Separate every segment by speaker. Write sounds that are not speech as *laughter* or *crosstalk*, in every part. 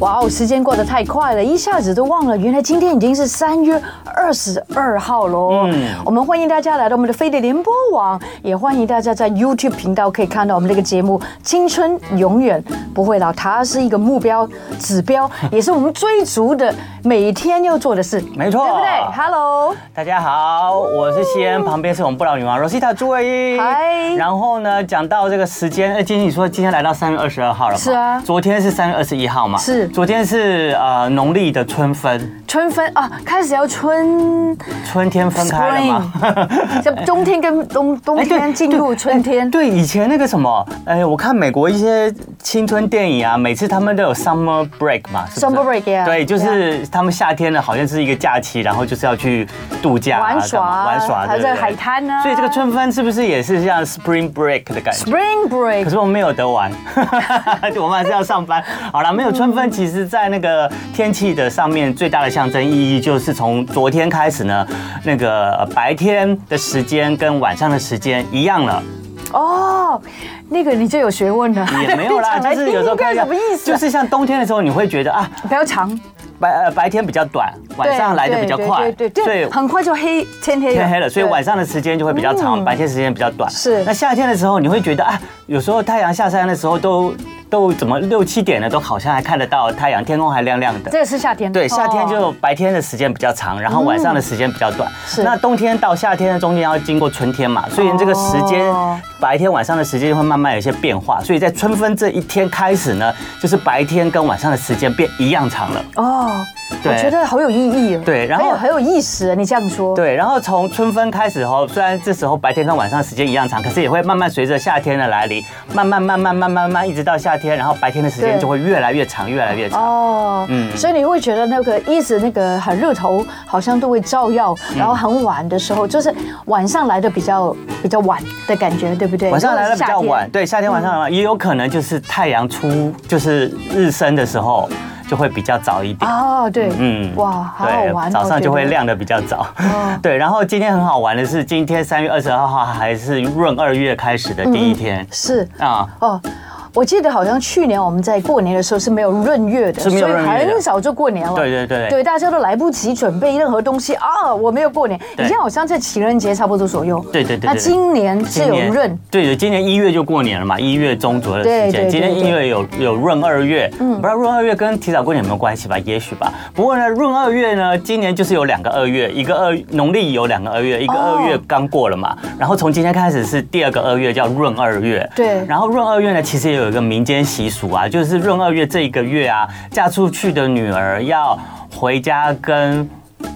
Speaker 1: 哇哦，时间过得太快了，一下子都忘了，原来今天已经是三月二十二号喽。
Speaker 2: 嗯
Speaker 1: 我们欢迎大家来到我们的飞碟联播网，也欢迎大家在 YouTube 频道可以看到我们这个节目《青春永远不会老》，它是一个目标指标，也是我们追逐的每天要做的事，
Speaker 2: 没错
Speaker 1: 对不对？Hello，
Speaker 2: 大家好，我是西恩，旁边是我们不老女王 Rosita 朱慧英。
Speaker 1: 嗨
Speaker 2: 然后呢，讲到这个时间，呃，今天你说今天来到三月二十二号了嘛？
Speaker 1: 是啊
Speaker 2: 昨天是三月二十一号嘛？
Speaker 1: 是
Speaker 2: 昨天是呃农历的春分，
Speaker 1: 春分啊，开始要春，
Speaker 2: 春天分开了嘛？
Speaker 1: 这冬天跟冬冬天进入春天。
Speaker 2: 哎 *laughs* 对，以前那个什么，哎，我看美国一些青春电影啊，每次他们都有 summer break 嘛是不是
Speaker 1: Summer break，yeah，
Speaker 2: 对，就是他们夏天呢，好像是一个假期，然后就是要去度假啊、
Speaker 1: 玩耍
Speaker 2: 干嘛玩耍，
Speaker 1: 还有
Speaker 2: 对不对
Speaker 1: 在海滩啊
Speaker 2: 所以这个春分是不是也是像 spring break 的感觉？
Speaker 1: Spring
Speaker 2: 可
Speaker 1: break，
Speaker 2: 是我们没有得玩， *laughs* 就我们还是要上班。好了，没有春分，其实在那个天气的上面，最大的象征意义就是从昨天开始呢，那个呃白天的时间跟晚上的时间一
Speaker 1: *laughs*
Speaker 2: 样了，
Speaker 1: 哦，那个你就有学问了，
Speaker 2: 也没有啦，
Speaker 1: 你 *laughs* 讲
Speaker 2: 就
Speaker 1: 来
Speaker 2: 是有时候
Speaker 1: 听听看
Speaker 2: 看一下
Speaker 1: 什么意思啊，
Speaker 2: 就是像冬天的时候，你会觉得啊，
Speaker 1: 比较长，
Speaker 2: 白呃白天比较短，晚上来的比较快，
Speaker 1: 对对对对，
Speaker 2: 所以
Speaker 1: 很快就黑天黑了，
Speaker 2: 天黑了，所以
Speaker 1: 对嗯
Speaker 2: 晚上的时间就会比较长，白天时间比较短。
Speaker 1: 是
Speaker 2: 那夏天的时候，你会觉得啊，有时候太阳下山的时候都都怎么六七点了，都好像还看得到太阳，天空还亮亮的。
Speaker 1: 这个是夏天，
Speaker 2: 对，夏天
Speaker 1: 哦嗯
Speaker 2: 就白天的时间比较长，然后晚上的时间比较短。
Speaker 1: 是
Speaker 2: 那冬天到夏天的中间要经过春天嘛，所以这个时间
Speaker 1: 哦
Speaker 2: 白天晚上的时间就会慢慢有一些变化。所以在春分这一天开始呢，就是白天跟晚上的时间变一样长了。
Speaker 1: 哦，我
Speaker 2: 对
Speaker 1: 觉得好有意义哦，
Speaker 2: 对然
Speaker 1: 很
Speaker 2: 后
Speaker 1: 有很有意思，啊你这样说，
Speaker 2: 对，然后从春分开始后，虽然这时候白天跟晚上时间一样长，可是也会慢慢随着夏天的来临，慢慢慢慢慢慢慢慢一直到夏天，然后白天的时间
Speaker 1: 对
Speaker 2: 就会越来越长，越来越长。
Speaker 1: 哦，
Speaker 2: 嗯
Speaker 1: 所以你会觉得那个一直那个很热头，好像都会照耀，
Speaker 2: 嗯
Speaker 1: 然后很晚的时候，就是晚上来的比较比较晚的感觉，对不对？
Speaker 2: 晚上来的比较
Speaker 1: 如果是夏
Speaker 2: 晚，
Speaker 1: 天，
Speaker 2: 对，夏天
Speaker 1: 嗯
Speaker 2: 晚上也有可能就是太阳出，就是日升的时候就会比较早一点。
Speaker 1: 哦，对，嗯
Speaker 2: 嗯，
Speaker 1: 哇，好好玩哦，
Speaker 2: 对，早上就
Speaker 1: 觉
Speaker 2: 会
Speaker 1: 得
Speaker 2: 亮的比较早
Speaker 1: 哦。
Speaker 2: *laughs* 对，然后今天很好玩的是，今天三月二十二号还是闰二月开始的第一天
Speaker 1: 是
Speaker 2: 啊。
Speaker 1: 哦。我记得好像去年我们在过年的时候是没有闰月的，
Speaker 2: 是没有闰月的
Speaker 1: 所以很早就过年了。
Speaker 2: 对对对
Speaker 1: 对，大家都来不及准备任何东西啊！我没有过年，
Speaker 2: 对
Speaker 1: 以前好像在情人节差不多左右。
Speaker 2: 对对对对
Speaker 1: 那今年是有闰，
Speaker 2: 对对，今年一月就过年了嘛，一月中左右的时
Speaker 1: 对对嗯
Speaker 2: 间。今年
Speaker 1: 对
Speaker 2: 一
Speaker 1: 对
Speaker 2: 月有有闰二月，不知道闰二月跟提早过年有没有关系吧？也许吧。不过呢，闰二月呢，今年就是有两个二月，一个二农历有两个二月，一个
Speaker 1: 哦
Speaker 2: 二月刚过了嘛，然后从今天开始是第二个二月，叫闰二月。
Speaker 1: 对
Speaker 2: 然后闰二月呢，其实也有一个民间习俗啊，就是闰二月这一个月啊，嫁出去的女儿要回家跟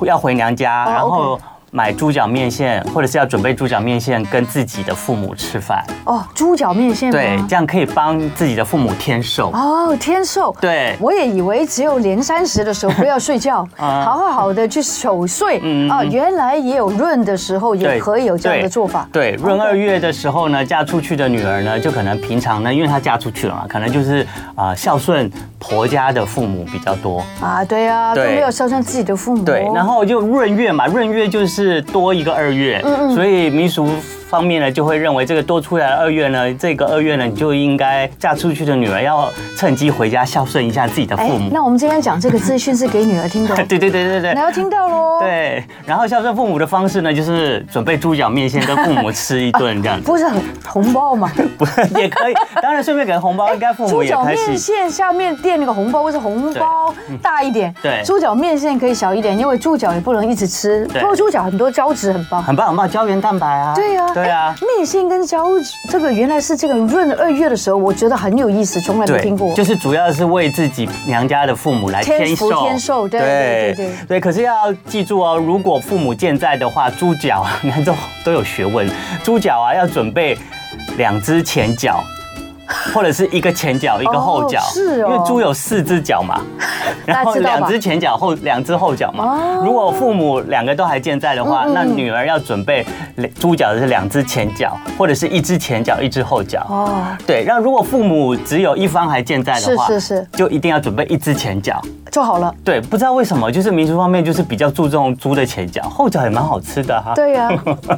Speaker 2: 要回娘家，
Speaker 1: 哦
Speaker 2: 啊然
Speaker 1: OK
Speaker 2: 后买猪脚面线，或者是要准备猪脚面线跟自己的父母吃饭，
Speaker 1: 哦，猪脚面线吗
Speaker 2: 对，这样可以帮自己的父母添寿。
Speaker 1: 哦，天寿。
Speaker 2: 对
Speaker 1: 我也以为只有年三十的时候不要睡觉，
Speaker 2: *laughs* 啊
Speaker 1: 好好的去守岁。
Speaker 2: 嗯
Speaker 1: 哦，原来也有闰的时候也
Speaker 2: 对
Speaker 1: 可以有这样的
Speaker 2: 对
Speaker 1: 做法。
Speaker 2: 对，闰
Speaker 1: OK
Speaker 2: 二月的时候呢，嫁出去的女儿呢，就可能平常呢，因为她嫁出去了嘛，可能就是啊、呃孝顺婆家的父母比较多。
Speaker 1: 啊，对啊，都
Speaker 2: 对
Speaker 1: 没有孝顺自己的父母。
Speaker 2: 对，然后就闰月嘛，闰月就是多一个二月，
Speaker 1: 嗯
Speaker 2: 所以民俗方面呢，就会认为这个多出来的二月呢，这个二月呢，你就应该嫁出去的女儿要趁机回家孝顺一下自己的
Speaker 1: 哎
Speaker 2: 父母。
Speaker 1: 那我们今天讲这个资讯是给女儿听的哦，
Speaker 2: *laughs* 对对对对
Speaker 1: 你
Speaker 2: 对。
Speaker 1: 要听到喽。，
Speaker 2: 对，然后孝顺父母的方式呢，就是准备猪脚面线跟父母吃一顿这
Speaker 1: *laughs*
Speaker 2: 样子，
Speaker 1: 不是很红包嘛？
Speaker 2: 不是 *laughs* 也可以。当然顺便给个红包，应该父母
Speaker 1: 啊猪
Speaker 2: 也
Speaker 1: 脚
Speaker 2: 开
Speaker 1: 面
Speaker 2: 心。
Speaker 1: 线下面垫那个红包，或是红包大一点。
Speaker 2: 对
Speaker 1: 猪脚面线可以小一点，因为猪脚也不能一直吃。不
Speaker 2: 对
Speaker 1: 过猪脚很多胶质，很棒。
Speaker 2: 很棒很棒，胶原蛋白啊。
Speaker 1: 对呀、
Speaker 2: *laughs* 对
Speaker 1: 哎
Speaker 2: 啊。
Speaker 1: 面线跟胶这个原来是这个闰二月的时候，我觉得很有意思，从来没听过。
Speaker 2: 就是主要是为自己娘家的父母来
Speaker 1: 添
Speaker 2: 添
Speaker 1: 福
Speaker 2: 寿，
Speaker 1: 添寿对对对对
Speaker 2: 对。可是要记住哦，如果父母健在的话，猪脚啊，你看这都有学问，猪脚啊要准备两只前
Speaker 1: *laughs*
Speaker 2: 脚。或者是一个前脚，一个后脚，
Speaker 1: 是哦
Speaker 2: 因为猪有四只脚嘛，然
Speaker 1: 大家
Speaker 2: 后
Speaker 1: 知道吧
Speaker 2: 两只前脚后两只后脚嘛
Speaker 1: 哦。
Speaker 2: 如果父母两个都还健在的话，
Speaker 1: 嗯嗯
Speaker 2: 那女儿要准备两猪脚的是两只前脚，或者是一只前脚一只后脚。
Speaker 1: 哦，
Speaker 2: 对，那如果父母只有一方还健在的话，
Speaker 1: 是是是
Speaker 2: 就一定要准备一只前脚，
Speaker 1: 就好了。
Speaker 2: 对，不知道为什么，就是民俗方面就是比较注重猪的前脚，后脚也蛮好吃的哈、
Speaker 1: 对
Speaker 2: *laughs*
Speaker 1: 呀、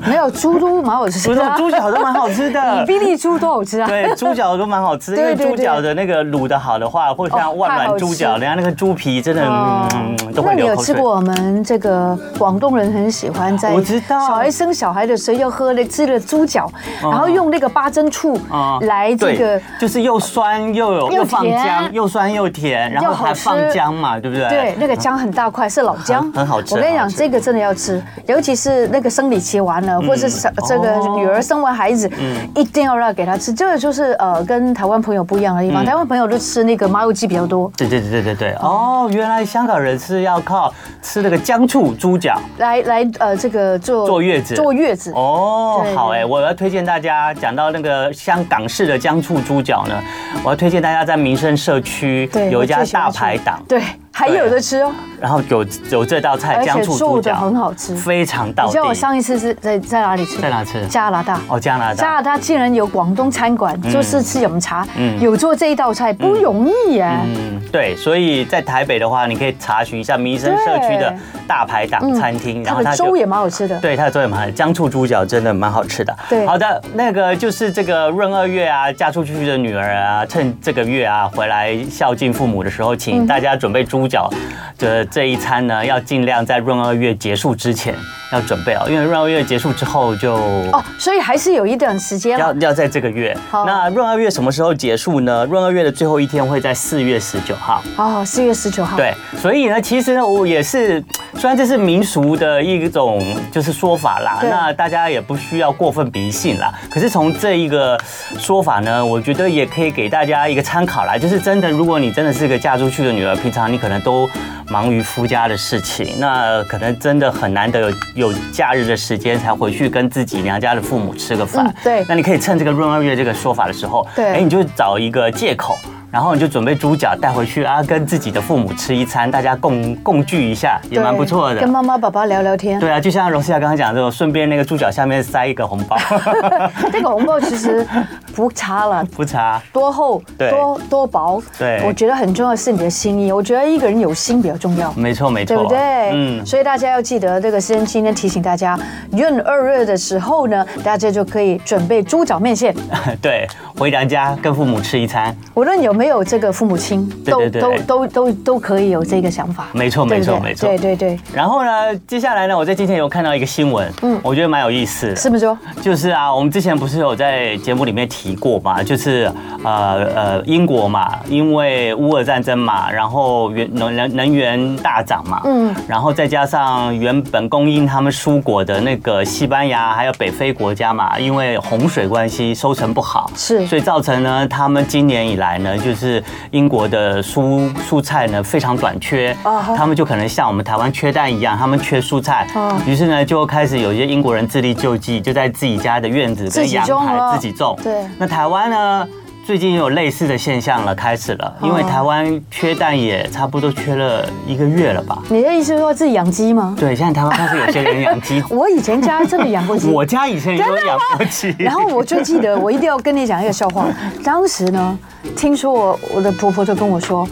Speaker 1: 没有猪肚蛮好吃
Speaker 2: 不
Speaker 1: 的
Speaker 2: 是
Speaker 1: 啊、
Speaker 2: 猪脚都蛮好吃
Speaker 1: *laughs*
Speaker 2: 的
Speaker 1: 比。比利猪都好吃啊。
Speaker 2: *laughs* 对，猪脚都蛮好吃，因
Speaker 1: 对
Speaker 2: 为
Speaker 1: 对
Speaker 2: 猪脚的那个卤的好的话，或者像
Speaker 1: 哦
Speaker 2: 万
Speaker 1: 太好
Speaker 2: 峦猪脚，
Speaker 1: 吃
Speaker 2: 人家那个猪皮真的、
Speaker 1: 哦
Speaker 2: 嗯、
Speaker 1: 那
Speaker 2: 都会
Speaker 1: 你
Speaker 2: 流
Speaker 1: 有
Speaker 2: 口
Speaker 1: 吃
Speaker 2: 水。
Speaker 1: 过我们这个广东人很喜欢在
Speaker 2: 我知道
Speaker 1: 小孩生小孩的时候要喝那吃了猪脚，然后用那个八珍醋
Speaker 2: 啊
Speaker 1: 来这个
Speaker 2: 对就是又酸又有
Speaker 1: 又
Speaker 2: 放
Speaker 1: 甜
Speaker 2: 姜，又酸又甜，然后
Speaker 1: 又好
Speaker 2: 还放
Speaker 1: 吃
Speaker 2: 姜嘛，对不对？
Speaker 1: 对，那个姜很大块，是老姜，
Speaker 2: 很很好吃
Speaker 1: 我跟你
Speaker 2: 很
Speaker 1: 讲，
Speaker 2: 好吃
Speaker 1: 这个真的要吃，尤其是那个生理期完
Speaker 2: 嗯
Speaker 1: 了，或是小这个
Speaker 2: 哦
Speaker 1: 女儿生完孩子，一定要让给她吃。这个就是呃，跟台湾朋友不一样的地
Speaker 2: 嗯
Speaker 1: 方，台湾朋友都吃那个麻油鸡比较多。
Speaker 2: 对对对对对
Speaker 1: 嗯
Speaker 2: 对。哦，原来香港人是要靠吃那个姜醋猪脚。
Speaker 1: 来来，呃，这个坐
Speaker 2: 坐月子
Speaker 1: 坐月子，
Speaker 2: 哦
Speaker 1: 对，
Speaker 2: 好哎，我要推荐大家，讲到那个香港式的姜醋猪脚呢，我要推荐大家在民生社区
Speaker 1: 对，
Speaker 2: 有一
Speaker 1: 我
Speaker 2: 家
Speaker 1: 最喜欢
Speaker 2: 大
Speaker 1: 吃
Speaker 2: 排档，
Speaker 1: 对，还有的吃哦，
Speaker 2: 然后有有这道菜
Speaker 1: 而
Speaker 2: 姜
Speaker 1: 且
Speaker 2: 醋
Speaker 1: 做
Speaker 2: 猪
Speaker 1: 的
Speaker 2: 脚，
Speaker 1: 很好吃。
Speaker 2: 非常到
Speaker 1: 你
Speaker 2: 地
Speaker 1: 知。道我上一次是在在哪里吃？
Speaker 2: 在哪吃
Speaker 1: 加拿大。
Speaker 2: 哦，加拿
Speaker 1: 加
Speaker 2: 大嗯
Speaker 1: 拿大竟然有广东餐馆，就是吃饮茶，有做这一道菜，不容易耶。
Speaker 2: 嗯，对，所以在台北的话，你可以查询一下民生社区
Speaker 1: 对
Speaker 2: 的
Speaker 1: 嗯
Speaker 2: 大排档餐厅，
Speaker 1: 它的
Speaker 2: 就
Speaker 1: 粥也蛮好吃的。
Speaker 2: 对，它的粥也蛮好吃，姜醋猪脚真的蛮好吃的。
Speaker 1: 对
Speaker 2: 好的，那个就是这个闰二月啊，嫁出去的女儿啊，趁这个月啊回来孝敬父母的时候，请
Speaker 1: 嗯
Speaker 2: 大家准备猪脚的这一餐呢，要尽量在闰二月结束之前要准备哦，因为闰二月结束之后就
Speaker 1: 哦，所以还是有一段时间
Speaker 2: 要
Speaker 1: 了。
Speaker 2: 要在这个月。
Speaker 1: 好
Speaker 2: 那闰二月什么时候结束呢？闰二月的最后一天会在四月十九号。
Speaker 1: 哦，四月十九号。，
Speaker 2: 对，所以呢，其实呢，我也是，虽然这是民俗的一种就是说法啦，
Speaker 1: 对
Speaker 2: 那大家也不需要过分迷信啦。可是从这一个说法呢，我觉得也可以给大家一个参考啦，就是真的，如果你真的是个嫁出去的女儿，平常你可能都忙于夫家的事情，那可能真的很难得有有假日的时间才回去跟自己娘家的父母吃个饭。
Speaker 1: 嗯对
Speaker 2: 那你可以趁这个闰二月这个说法的时候，
Speaker 1: 对
Speaker 2: 哎，你就找一个借口，然后你就准备猪脚带回去啊，跟自己的父母吃一餐，大家共共聚一下，也蛮不错
Speaker 1: 跟
Speaker 2: 的。
Speaker 1: 妈妈、爸爸聊聊天。
Speaker 2: 对啊，就像荣思雅刚刚讲的这种，顺便那个猪脚下面塞一个红包， *laughs*
Speaker 1: 这个红包其实不差了。
Speaker 2: 不差。啊
Speaker 1: 多厚，
Speaker 2: 对
Speaker 1: 多多薄，
Speaker 2: 对
Speaker 1: 我觉得很重要是你的心意。我觉得一个人有心比较重要，
Speaker 2: 没错，没
Speaker 1: 对
Speaker 2: 错，
Speaker 1: 不对？
Speaker 2: 嗯， *laughs*
Speaker 1: 所以大家要记得，这个先今天提醒大家，闰二月的时候呢，大家就可以准备猪脚面
Speaker 2: *laughs*
Speaker 1: 线，
Speaker 2: 对，回娘家跟父母吃一餐，
Speaker 1: 无论有没有这个父母亲，
Speaker 2: 对对
Speaker 1: 都
Speaker 2: 对
Speaker 1: 都都都可以有这个想法。
Speaker 2: 没错
Speaker 1: 对
Speaker 2: 没
Speaker 1: 不
Speaker 2: 错
Speaker 1: 对
Speaker 2: 没错
Speaker 1: 对对对，
Speaker 2: 然后呢，接下来呢，我在今天有看到一个新闻，嗯，我觉得蛮有意思的，
Speaker 1: 是不是说？
Speaker 2: 就是啊，我们之前不是有在节目里面提过嘛，就是呃呃英国嘛，因为乌俄战争嘛，然后原能能能源大涨嘛，嗯，然后再加上原本供应他们蔬果的那个西班牙还有北非国家嘛，因为洪水关系收成不好，
Speaker 1: 是
Speaker 2: 所以造成呢他们今年以来呢，就是英国的蔬蔬菜呢非常短缺，
Speaker 1: 啊哈
Speaker 2: 他们就可能像我们台湾缺蛋一样，他们缺蔬菜，
Speaker 1: 哦
Speaker 2: 于是呢，就开始有一些英国人自力救济，就在自己家的院子
Speaker 1: 自
Speaker 2: 跟
Speaker 1: 己
Speaker 2: 阳
Speaker 1: 种了
Speaker 2: 台自己种。
Speaker 1: 对
Speaker 2: 那台湾呢？最近有类似的现象了，开始了，因为
Speaker 1: 哦
Speaker 2: 台湾缺蛋也差不多缺了一个月了吧？
Speaker 1: 你的意思是说自己养鸡吗？，
Speaker 2: 对，现在台湾开始有些人养鸡
Speaker 1: *laughs* 我以前家真的养过鸡，
Speaker 2: *laughs* 我家以前也有养过鸡，
Speaker 1: *laughs* 然后我就记得，我一定要跟你讲一个笑话。当时呢，听说我我的婆婆就跟我说。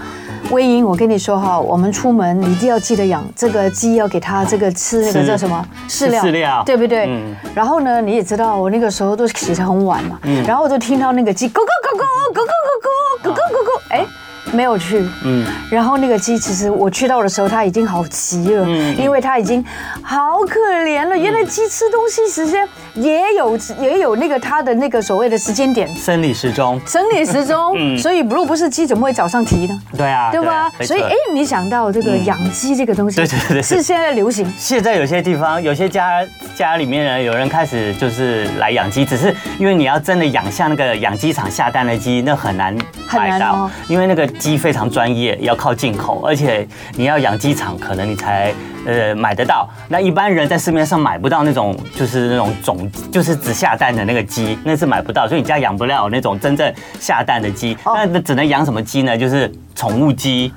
Speaker 1: 魏英，我跟你说哈，我们出门一定要记得养这个鸡，要给它这个吃那个
Speaker 2: 是
Speaker 1: 叫什么
Speaker 2: 是
Speaker 1: 饲料，
Speaker 2: 饲料
Speaker 1: 对不对？
Speaker 2: 嗯
Speaker 1: 然后呢，你也知道，我那个时候都起得很晚嘛，
Speaker 2: 嗯
Speaker 1: 然后我就听到那个鸡咕咕咕咕咕咕咕咕咕咕咕咕，哎，没有去，
Speaker 2: 啊嗯，
Speaker 1: 然后那个鸡，其实我去到的时候，它已经好急了，
Speaker 2: 嗯
Speaker 1: 因为它已经好可怜了。原来鸡吃东西时间也有也有那个它的那个所谓的时间点，
Speaker 2: 生理时钟，
Speaker 1: 生理时钟。所以如果不是鸡，怎么会早上提呢？
Speaker 2: 对嗯啊，
Speaker 1: 对吧？
Speaker 2: 没
Speaker 1: 所以
Speaker 2: 错嗯
Speaker 1: 哎，你想到这个养鸡这个东西，
Speaker 2: 对对对对
Speaker 1: 是现在流行。
Speaker 2: 现在有些地方，有些家家里面人有人开始就是来养鸡，只是因为你要真的养像那个养鸡场下蛋的鸡，那很难
Speaker 1: 很难
Speaker 2: 买到，
Speaker 1: 哦
Speaker 2: 因为那个鸡非常专业，要靠进口，而且你要养鸡场，可能你才呃买得到。那一般人在市面上买不到那种就是那种种就是只下蛋的那个鸡，那是买不到，所以你家养不了那种真正下蛋的鸡，
Speaker 1: 哦
Speaker 2: 那只能养什么鸡呢？就是宠物鸡。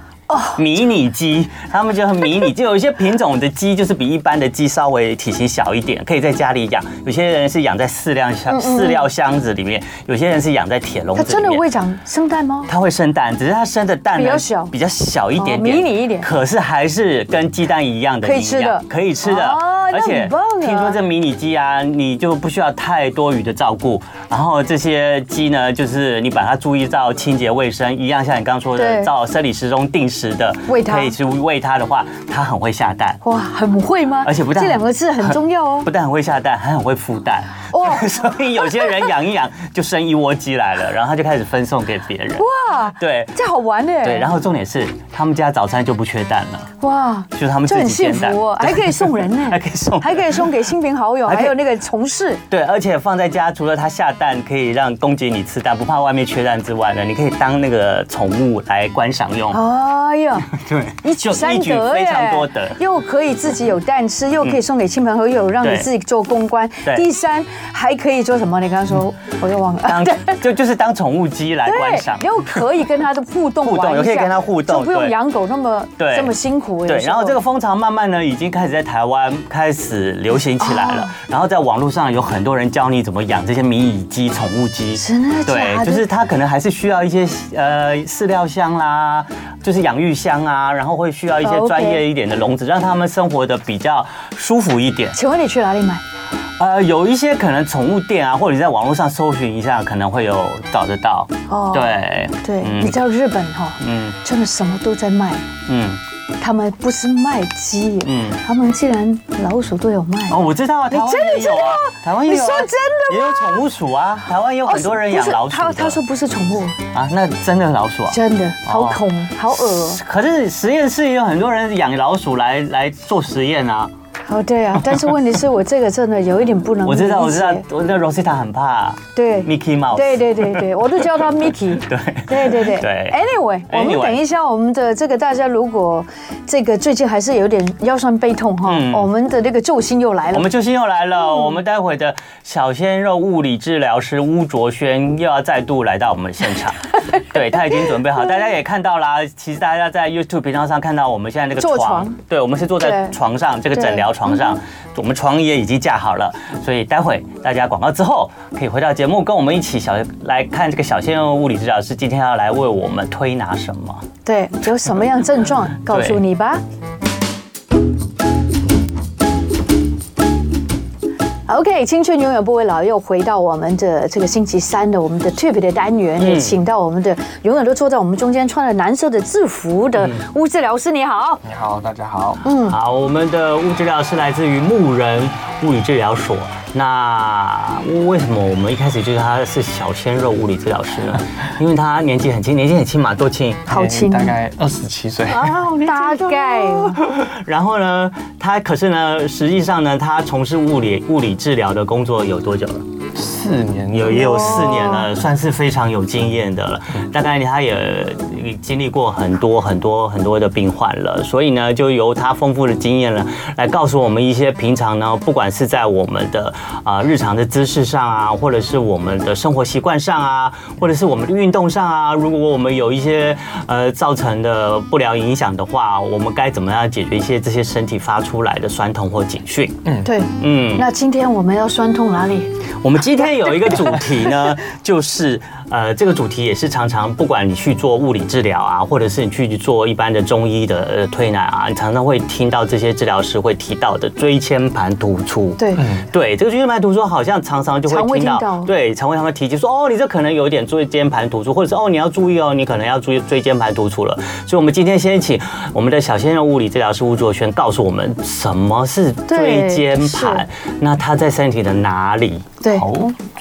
Speaker 2: 迷你鸡，它们就很迷你，就有一些品种的鸡就是比一般的鸡稍微体型小一点，可以在家里养。有些人是养在饲料箱饲料箱子里面，有些人是养在铁笼
Speaker 1: 它
Speaker 2: 子
Speaker 1: 真
Speaker 2: 里
Speaker 1: 的
Speaker 2: 面。
Speaker 1: 会长生蛋吗？
Speaker 2: 它会生蛋，只是它生的蛋呢
Speaker 1: 比较小
Speaker 2: 比较小一点点，
Speaker 1: 哦迷你一点
Speaker 2: 可是还是跟鸡蛋一样的
Speaker 1: 可以
Speaker 2: 营
Speaker 1: 吃的
Speaker 2: 养可以吃的。
Speaker 1: 哦那
Speaker 2: 而且
Speaker 1: 很棒啊
Speaker 2: 听说这迷你鸡啊，你就不需要太多余的照顾。然后这些鸡呢，就是你把它注意到清洁卫生，一样像你刚刚说的，
Speaker 1: 对
Speaker 2: 照生理时钟定时的
Speaker 1: 喂它
Speaker 2: 可以去喂它的话，它很会下蛋。
Speaker 1: 哇，很会吗？
Speaker 2: 而且不但
Speaker 1: 这两个字很重要哦
Speaker 2: *laughs* 不。但很会下蛋，还很会孵蛋。
Speaker 1: 哇
Speaker 2: *laughs* 所以有些人养一养就生一窝鸡来了，然后他就开始分送给别人。
Speaker 1: 哇，
Speaker 2: 对，
Speaker 1: 这好玩哎。
Speaker 2: 对，然后重点是他们家早餐就不缺蛋了，
Speaker 1: 哇，
Speaker 2: 就是他们
Speaker 1: 这
Speaker 2: 自
Speaker 1: 很
Speaker 2: 己
Speaker 1: 幸
Speaker 2: 煎蛋
Speaker 1: 福哦，，还可以送人呢，
Speaker 2: *laughs* 还可以送人
Speaker 1: 还可以送给亲朋好友，
Speaker 2: 还可以
Speaker 1: 还有那个同
Speaker 2: *laughs*
Speaker 1: 事。
Speaker 2: 对，而且放在家除了它下蛋可以让供给你吃蛋，不怕外面缺蛋之外呢，你可以当那个宠物来观赏用。
Speaker 1: 哎呀，
Speaker 2: 对，
Speaker 1: 一举
Speaker 2: 就
Speaker 1: 三
Speaker 2: 一举
Speaker 1: 得
Speaker 2: 非
Speaker 1: 耶
Speaker 2: 常多得，
Speaker 1: 又可以自己有蛋吃，又可以送给亲朋好友，让你
Speaker 2: 对
Speaker 1: 自己做公关。
Speaker 2: 对嗯
Speaker 1: 第三还可以做什么？你刚刚说，我又忘了。
Speaker 2: 当就就是当宠物鸡来观赏。
Speaker 1: 又可以跟它的互动
Speaker 2: 互动
Speaker 1: 玩一下
Speaker 2: 又可以跟它互动
Speaker 1: 就不用
Speaker 2: 对
Speaker 1: 养狗那么
Speaker 2: 对
Speaker 1: 这么辛苦。有
Speaker 2: 对，
Speaker 1: 时候
Speaker 2: 然后这个风潮慢慢呢，已经开始在台湾开始流行起来了。然后在网络上有很多人教你怎么养这些迷你鸡、宠物鸡。
Speaker 1: 真的假
Speaker 2: 对，
Speaker 1: 的？
Speaker 2: 就是它可能还是需要一些呃饲料箱啦，就是养育箱啊，然后会需要一些
Speaker 1: 哦 OK
Speaker 2: 专业一点的笼子，让它们生活的比较舒服一点。
Speaker 1: 请问你去哪里买？
Speaker 2: 呃，有一些可能宠物店啊，或者你在网络上搜寻一下，可能会有找得到。
Speaker 1: 哦
Speaker 2: 对，
Speaker 1: 对，
Speaker 2: 嗯
Speaker 1: 你知道日本哈、
Speaker 2: 嗯
Speaker 1: 真的什么都在卖，
Speaker 2: 嗯
Speaker 1: 他们不是卖鸡，
Speaker 2: 嗯
Speaker 1: 他们竟然老鼠都有卖。
Speaker 2: 哦，我知道啊，台湾
Speaker 1: 真的
Speaker 2: 也有啊，台湾也有啊、
Speaker 1: 你说真的
Speaker 2: 也有宠物鼠啊，台湾也有很多人养老鼠
Speaker 1: 他
Speaker 2: 的。
Speaker 1: 他说不是宠物，
Speaker 2: 啊，那真的老鼠啊。
Speaker 1: 真的好
Speaker 2: 哦
Speaker 1: 恐，好恶。
Speaker 2: 可是实验室也有很多人养老鼠来来做实验啊。
Speaker 1: 哦，对
Speaker 2: *laughs*
Speaker 1: 啊，但是问题是我这个真的啊有一点不能
Speaker 2: 我知道，
Speaker 1: 理
Speaker 2: 我知道
Speaker 1: 解，
Speaker 2: 我那 Rosita 很怕
Speaker 1: 对
Speaker 2: Mickey Mouse。
Speaker 1: 对对对对，我都叫
Speaker 2: *laughs*
Speaker 1: 他 Mickey。
Speaker 2: 对
Speaker 1: 对对对
Speaker 2: 对
Speaker 1: Anyway，我们
Speaker 2: Anyway
Speaker 1: 等一下，我们的这个大家如果这个最近还是有点腰酸背痛哈，哦
Speaker 2: 嗯
Speaker 1: 我们的那个救星又来
Speaker 2: 我
Speaker 1: 了。
Speaker 2: 们救星又来
Speaker 1: 嗯
Speaker 2: 了，我们待会的小鲜肉物理治疗师巫卓轩又要再度来到我们现
Speaker 1: *laughs*
Speaker 2: 场。对他已经准备好，大家也看到啦。其实大家在 YouTube 频道上看到我们现在那个
Speaker 1: 坐
Speaker 2: 床，
Speaker 1: 床
Speaker 2: 对我们是坐在
Speaker 1: 对
Speaker 2: 床上，这个
Speaker 1: 对
Speaker 2: 诊疗床上，我们床也已经架好了。所以待会大家广告之后可以回到节目，跟我们一起小来看这个小鲜肉物理治疗师今天要来为我们推拿什么。
Speaker 1: 对，有什么样症
Speaker 3: *laughs*
Speaker 1: 状告诉你吧。OK，青春永远不会老，又回到我们的这个星期三的我们的特别的单元，
Speaker 3: 嗯
Speaker 1: 也请到我们的永远都坐在我们中间穿了蓝色的制服的
Speaker 3: 嗯
Speaker 1: 物治疗师，你好。
Speaker 3: 你好，大家好。
Speaker 2: 好，我们的物治疗是来自于牧人物理治疗所。那为什么我们一开始就叫他是小鲜肉物理治疗师呢？因为他年纪很轻，年纪很轻嘛，多轻。
Speaker 1: 好啊轻
Speaker 3: 大概二十七岁，
Speaker 1: 大概
Speaker 3: 嗯
Speaker 2: 然后呢，他可是呢，实际上呢，他从事物理物理治疗的工作有多久了？
Speaker 3: 四年
Speaker 2: 有也有四年了，算是非常有经验的了。大概他也经历过很多很多很多的病患了，所以呢，就由他丰富的经验呢，来告诉我们一些平常呢，不管是在我们的啊、日常的姿势上啊，或者是我们的生活习惯上啊，或者是我们的运动上啊，如果我们有一些呃造成的不良影响的话，我们该怎么样解决一些这些身体发出来的酸痛或警讯？
Speaker 1: 对。
Speaker 2: 嗯。
Speaker 1: 那今天我们要酸痛哪里？
Speaker 2: 我们今天有一个主题呢， *laughs* 就是呃，这个主题也是常常不管你去做物理治疗啊，或者是你去做一般的中医的呃推拿啊，你常常会听到这些治疗师会提到的椎间盘突出。
Speaker 1: 对，
Speaker 3: 嗯
Speaker 2: 对，这个椎间盘突出好像常常就
Speaker 1: 常
Speaker 2: 会
Speaker 1: 会
Speaker 2: 听到，
Speaker 1: 听到
Speaker 2: 对，常会他们提及说，哦，你这可能有点椎间盘突出，或者是哦，你要注意哦，你可能要注意椎间盘突出了。所以，我们今天先请我们的小鲜肉物理治疗师吴卓轩告诉我们什么是椎
Speaker 1: 对
Speaker 2: 间
Speaker 1: 是
Speaker 2: 盘，那它在身体的哪里？
Speaker 1: 对，
Speaker 3: 好，